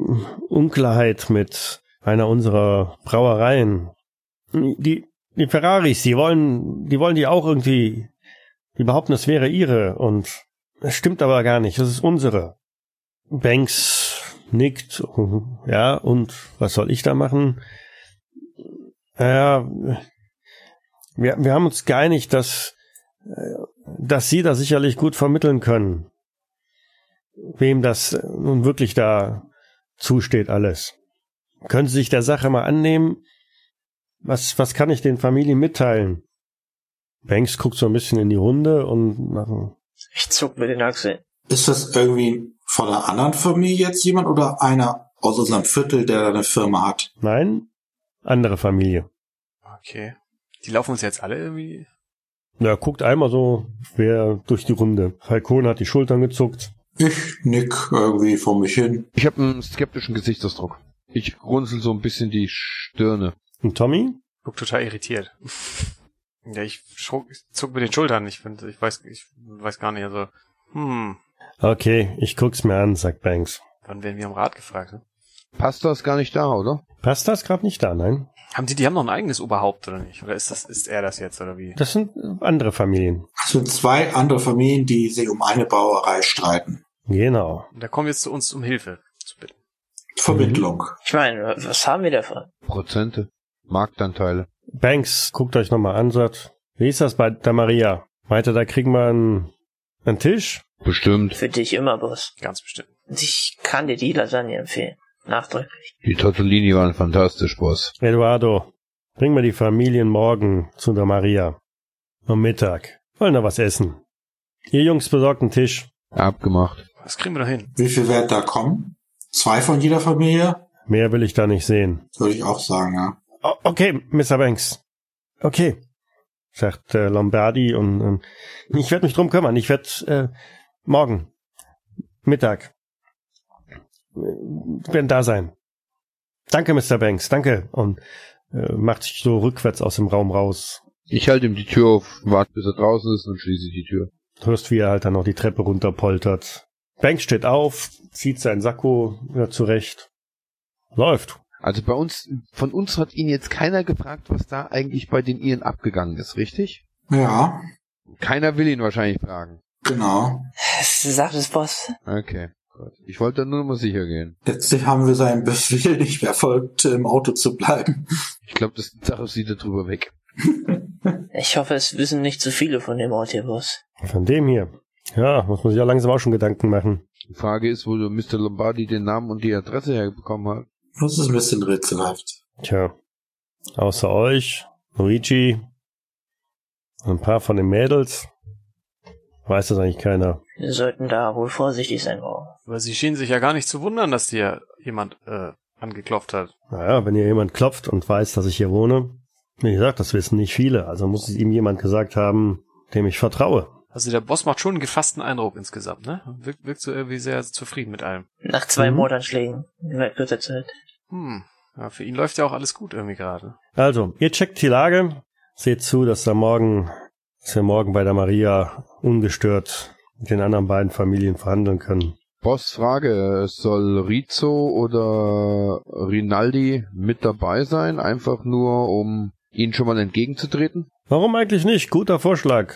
[SPEAKER 1] Unklarheit mit einer unserer Brauereien. Die, die Ferraris, die wollen, die wollen die auch irgendwie, die behaupten, das wäre ihre und es stimmt aber gar nicht, das ist unsere. Banks nickt, ja, und was soll ich da machen? Ja, wir, wir haben uns geeinigt, dass, äh, dass sie das sicherlich gut vermitteln können. Wem das äh, nun wirklich da zusteht alles. Können Sie sich der Sache mal annehmen? Was, was kann ich den Familien mitteilen? Banks guckt so ein bisschen in die Runde und äh,
[SPEAKER 3] Ich zuck mit den Achseln.
[SPEAKER 4] Ist das irgendwie von einer anderen Familie jetzt jemand oder einer aus unserem Viertel, der da eine Firma hat?
[SPEAKER 1] nein, andere Familie.
[SPEAKER 2] Okay. Die laufen uns jetzt alle irgendwie.
[SPEAKER 1] Ja, guckt einmal so, wer durch die Runde. Falcone hat die Schultern gezuckt.
[SPEAKER 4] Ich nick irgendwie vor mich hin.
[SPEAKER 5] Ich habe einen skeptischen Gesichtsausdruck. Ich grunzel so ein bisschen die Stirne.
[SPEAKER 1] Und Tommy?
[SPEAKER 2] Guck total irritiert. ja, ich schruck, ich zuck mit den Schultern. Ich finde, ich weiß, ich weiß gar nicht. Also, hm,
[SPEAKER 1] Okay, ich guck's mir an, sagt Banks.
[SPEAKER 2] wann werden wir am Rat gefragt? Ne?
[SPEAKER 5] Passt das gar nicht da, oder?
[SPEAKER 1] Passt das gerade nicht da, nein?
[SPEAKER 2] Haben die, die haben noch ein eigenes Oberhaupt oder nicht? Oder ist das, ist er das jetzt oder wie?
[SPEAKER 1] Das sind andere Familien.
[SPEAKER 4] Es sind zwei andere Familien, die sich um eine Brauerei streiten.
[SPEAKER 1] Genau.
[SPEAKER 2] Und da kommen jetzt zu uns um Hilfe zu bitten.
[SPEAKER 4] Vermittlung.
[SPEAKER 3] Ich meine, wa- was haben wir davon?
[SPEAKER 5] Prozente. Marktanteile.
[SPEAKER 1] Banks guckt euch nochmal an, sagt, wie ist das bei der Maria? Meint ihr, da kriegen wir einen, einen Tisch?
[SPEAKER 5] Bestimmt.
[SPEAKER 3] Für dich immer, Boss.
[SPEAKER 2] Ganz bestimmt.
[SPEAKER 3] Ich kann dir die Lasagne empfehlen. Nachdrücklich.
[SPEAKER 5] Die Tortellini waren fantastisch, Boss.
[SPEAKER 1] Eduardo, bring mal die Familien morgen zu der Maria. Am Mittag. Wollen da was essen? Ihr Jungs besorgt einen Tisch.
[SPEAKER 5] Abgemacht.
[SPEAKER 2] Das kriegen wir doch hin.
[SPEAKER 4] Wie viel werden da kommen? Zwei von jeder Familie?
[SPEAKER 1] Mehr will ich da nicht sehen.
[SPEAKER 4] Würde ich auch sagen, ja.
[SPEAKER 1] O- okay, Mr. Banks. Okay, sagt äh, Lombardi und ähm, ich werde mich drum kümmern. Ich werde äh, morgen Mittag äh, werden da sein. Danke, Mr. Banks, danke. Und äh, macht sich so rückwärts aus dem Raum raus.
[SPEAKER 5] Ich halte ihm die Tür auf, warte bis er draußen ist und schließe die Tür.
[SPEAKER 1] Hörst, wie er halt dann noch die Treppe runterpoltert. Banks steht auf, zieht seinen Sakko wieder zurecht. Läuft.
[SPEAKER 5] Also bei uns, von uns hat ihn jetzt keiner gefragt, was da eigentlich bei den Iren abgegangen ist, richtig?
[SPEAKER 4] Ja,
[SPEAKER 5] Keiner will ihn wahrscheinlich fragen.
[SPEAKER 4] genau.
[SPEAKER 3] Sag es, Boss.
[SPEAKER 5] Okay. Gut. Ich wollte nur noch mal sicher gehen.
[SPEAKER 4] Letztlich haben wir seinen Befehl nicht mehr folgt, im Auto zu bleiben.
[SPEAKER 5] Ich glaube, das Sache sieht er drüber weg.
[SPEAKER 3] Ich hoffe, es wissen nicht zu viele von dem Ort hier, Boss.
[SPEAKER 1] Von dem hier. Ja, muss man sich ja langsam auch schon Gedanken machen.
[SPEAKER 5] Die Frage ist, wo du Mr. Lombardi den Namen und die Adresse herbekommen hat.
[SPEAKER 4] Das ist ein bisschen rätselhaft.
[SPEAKER 1] Tja, außer euch, Luigi, ein paar von den Mädels, weiß das eigentlich keiner.
[SPEAKER 3] Wir sollten da wohl vorsichtig sein morgen.
[SPEAKER 2] Aber sie schienen sich ja gar nicht zu wundern, dass dir jemand äh, angeklopft hat.
[SPEAKER 1] Naja, wenn hier jemand klopft und weiß, dass ich hier wohne, wie gesagt, das wissen nicht viele, also muss es ihm jemand gesagt haben, dem ich vertraue.
[SPEAKER 2] Also der Boss macht schon einen gefassten Eindruck insgesamt, ne? Wirkt, wirkt so irgendwie sehr zufrieden mit allem.
[SPEAKER 3] Nach zwei
[SPEAKER 1] Mhm.
[SPEAKER 3] Mordanschlägen in weit kürzer Zeit.
[SPEAKER 2] Hm. Ja, für ihn läuft ja auch alles gut irgendwie gerade.
[SPEAKER 1] Also, ihr checkt die Lage, seht zu, dass da morgen, dass wir morgen bei der Maria ungestört mit den anderen beiden Familien verhandeln können.
[SPEAKER 5] Boss Frage, es soll Rizzo oder Rinaldi mit dabei sein, einfach nur um ihnen schon mal entgegenzutreten?
[SPEAKER 1] Warum eigentlich nicht? Guter Vorschlag,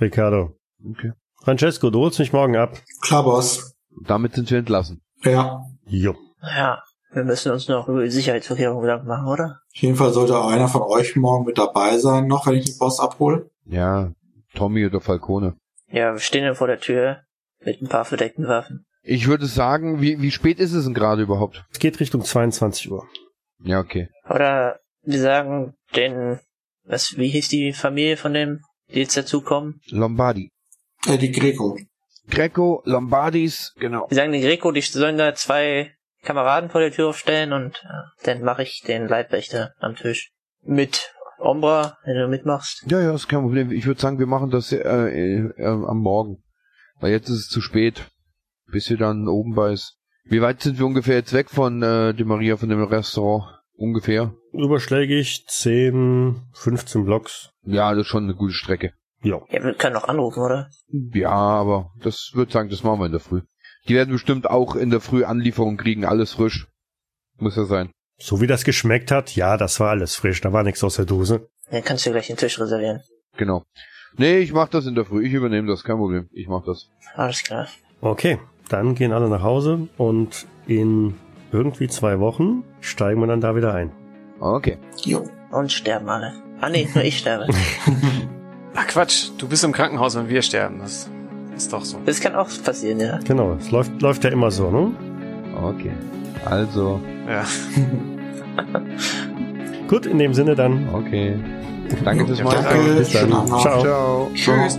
[SPEAKER 1] Ricardo.
[SPEAKER 5] Okay.
[SPEAKER 1] Francesco, du holst mich morgen ab.
[SPEAKER 4] Klar, Boss.
[SPEAKER 5] Damit sind wir entlassen.
[SPEAKER 4] Ja.
[SPEAKER 1] Jo.
[SPEAKER 3] Ja, wir müssen uns noch über die Sicherheitsvorkehrungen Gedanken machen, oder?
[SPEAKER 4] Auf jeden Fall sollte auch einer von euch morgen mit dabei sein, noch, wenn ich den Boss abhole.
[SPEAKER 5] Ja, Tommy oder Falcone.
[SPEAKER 3] Ja, wir stehen dann vor der Tür mit ein paar verdeckten Waffen.
[SPEAKER 5] Ich würde sagen, wie, wie spät ist es denn gerade überhaupt?
[SPEAKER 1] Es geht Richtung 22 Uhr.
[SPEAKER 5] Ja, okay.
[SPEAKER 3] Oder wir sagen den, was, wie hieß die Familie von dem, die jetzt dazukommen?
[SPEAKER 5] Lombardi.
[SPEAKER 4] Äh, die Greco.
[SPEAKER 5] Greco, Lombardis, genau.
[SPEAKER 3] Wir sagen den Greco, die sollen da zwei Kameraden vor der Tür aufstellen und ja, dann mache ich den Leibwächter am Tisch. Mit Ombra, wenn du mitmachst.
[SPEAKER 5] Ja, ja, ist kein Problem. Ich würde sagen, wir machen das äh, äh, äh, am Morgen. Weil jetzt ist es zu spät, bis sie dann oben bei ist. Wie weit sind wir ungefähr jetzt weg von äh, dem Maria, von dem Restaurant? Ungefähr?
[SPEAKER 1] Überschläge ich 10, 15 Blocks.
[SPEAKER 5] Ja, das ist schon eine gute Strecke.
[SPEAKER 1] Ja.
[SPEAKER 3] Ja, wir können noch anrufen, oder?
[SPEAKER 5] Ja, aber das würde sagen, das machen wir in der Früh. Die werden bestimmt auch in der Früh Anlieferung kriegen, alles frisch. Muss ja sein.
[SPEAKER 1] So wie das geschmeckt hat, ja, das war alles frisch. Da war nichts aus der Dose.
[SPEAKER 3] Dann kannst du gleich den Tisch reservieren.
[SPEAKER 5] Genau. Nee, ich mach das in der Früh. Ich übernehme das, kein Problem. Ich mach das.
[SPEAKER 3] Alles klar.
[SPEAKER 1] Okay, dann gehen alle nach Hause und in irgendwie zwei Wochen steigen wir dann da wieder ein.
[SPEAKER 5] Okay.
[SPEAKER 4] Jo.
[SPEAKER 3] Und sterben alle. Ah nee, nur ich sterbe.
[SPEAKER 2] Ach Quatsch, du bist im Krankenhaus, wenn wir sterben. Das ist doch so.
[SPEAKER 3] Das kann auch passieren, ja.
[SPEAKER 1] Genau, es läuft, läuft ja immer so, ne?
[SPEAKER 5] Okay. Also,
[SPEAKER 2] Ja.
[SPEAKER 1] Gut, in dem Sinne dann.
[SPEAKER 5] okay. Danke fürs
[SPEAKER 2] Ja,
[SPEAKER 5] Mal.
[SPEAKER 4] danke.
[SPEAKER 1] Bis dann.
[SPEAKER 4] Schönen Abend noch.
[SPEAKER 1] Ciao.
[SPEAKER 5] Ciao.
[SPEAKER 4] Tschüss.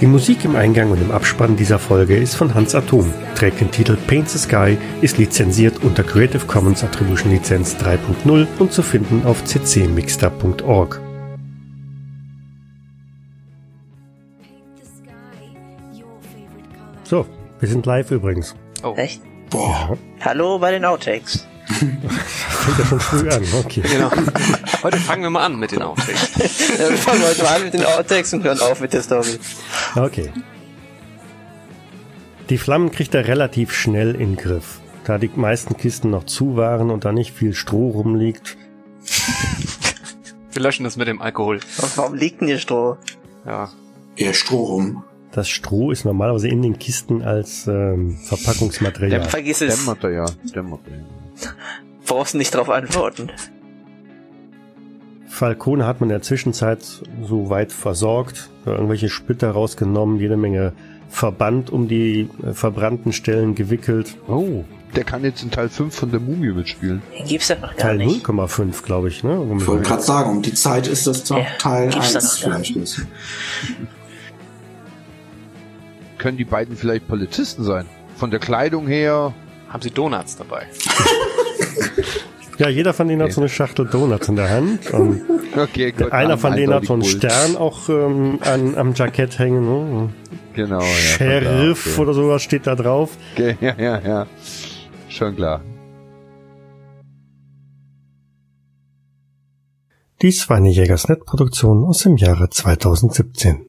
[SPEAKER 1] Die Musik im Eingang und im Abspann dieser Folge ist von Hans Atom, trägt den Titel Paint the Sky, ist lizenziert unter Creative Commons Attribution Lizenz 3.0 und zu finden auf ccmixter.org. So, wir sind live übrigens.
[SPEAKER 2] Oh,
[SPEAKER 3] Echt?
[SPEAKER 4] Boah.
[SPEAKER 3] Hallo bei den Outtakes.
[SPEAKER 1] Fängt ja schon früh an, okay.
[SPEAKER 2] genau. Heute fangen wir mal an mit den Outtakes.
[SPEAKER 3] Ja, wir fangen heute mal an mit den Outtakes und hören auf mit der Story.
[SPEAKER 1] Okay. Die Flammen kriegt er relativ schnell in den Griff. Da die meisten Kisten noch zu waren und da nicht viel Stroh rumliegt.
[SPEAKER 2] Wir löschen das mit dem Alkohol.
[SPEAKER 3] Und warum liegt denn hier Stroh?
[SPEAKER 2] Ja.
[SPEAKER 4] Ihr Strom.
[SPEAKER 1] Das Stroh ist normalerweise in den Kisten als ähm, Verpackungsmaterial.
[SPEAKER 3] Vergiss es.
[SPEAKER 5] Dämmerter, ja. Dämmerter, ja.
[SPEAKER 3] Brauchst nicht drauf antworten.
[SPEAKER 1] Falcone hat man in der Zwischenzeit so weit versorgt, irgendwelche Splitter rausgenommen, jede Menge Verband um die äh, verbrannten Stellen gewickelt.
[SPEAKER 5] Oh, der kann jetzt in Teil 5 von der Mumie mitspielen.
[SPEAKER 3] Den gibt's doch noch gar
[SPEAKER 1] Teil
[SPEAKER 3] nicht.
[SPEAKER 1] 0,5, glaube ich, ne?
[SPEAKER 4] Ich wollte gerade sagen, um die Zeit ist das doch
[SPEAKER 3] Ja,
[SPEAKER 4] Teil
[SPEAKER 3] gibt's da
[SPEAKER 4] 1
[SPEAKER 3] noch gar
[SPEAKER 4] vielleicht. Ist.
[SPEAKER 5] Können die beiden vielleicht Polizisten sein? Von der Kleidung her.
[SPEAKER 2] Haben Sie Donuts dabei?
[SPEAKER 1] Ja, jeder von denen hat so eine Schachtel Donuts in der Hand. Und
[SPEAKER 5] Okay, Gott,
[SPEAKER 1] Einer
[SPEAKER 5] haben
[SPEAKER 1] von denen hat so einen
[SPEAKER 5] eindeutig
[SPEAKER 1] Stern auch ähm, an, am Jackett hängen. Ne?
[SPEAKER 5] Bull. Genau, ja. schon klar,
[SPEAKER 1] Sheriff
[SPEAKER 5] okay.
[SPEAKER 1] oder sowas steht da drauf.
[SPEAKER 5] Okay, ja, ja, ja. Schon klar.
[SPEAKER 1] Dies war eine Jägersnet-Produktion aus dem Jahre 2017.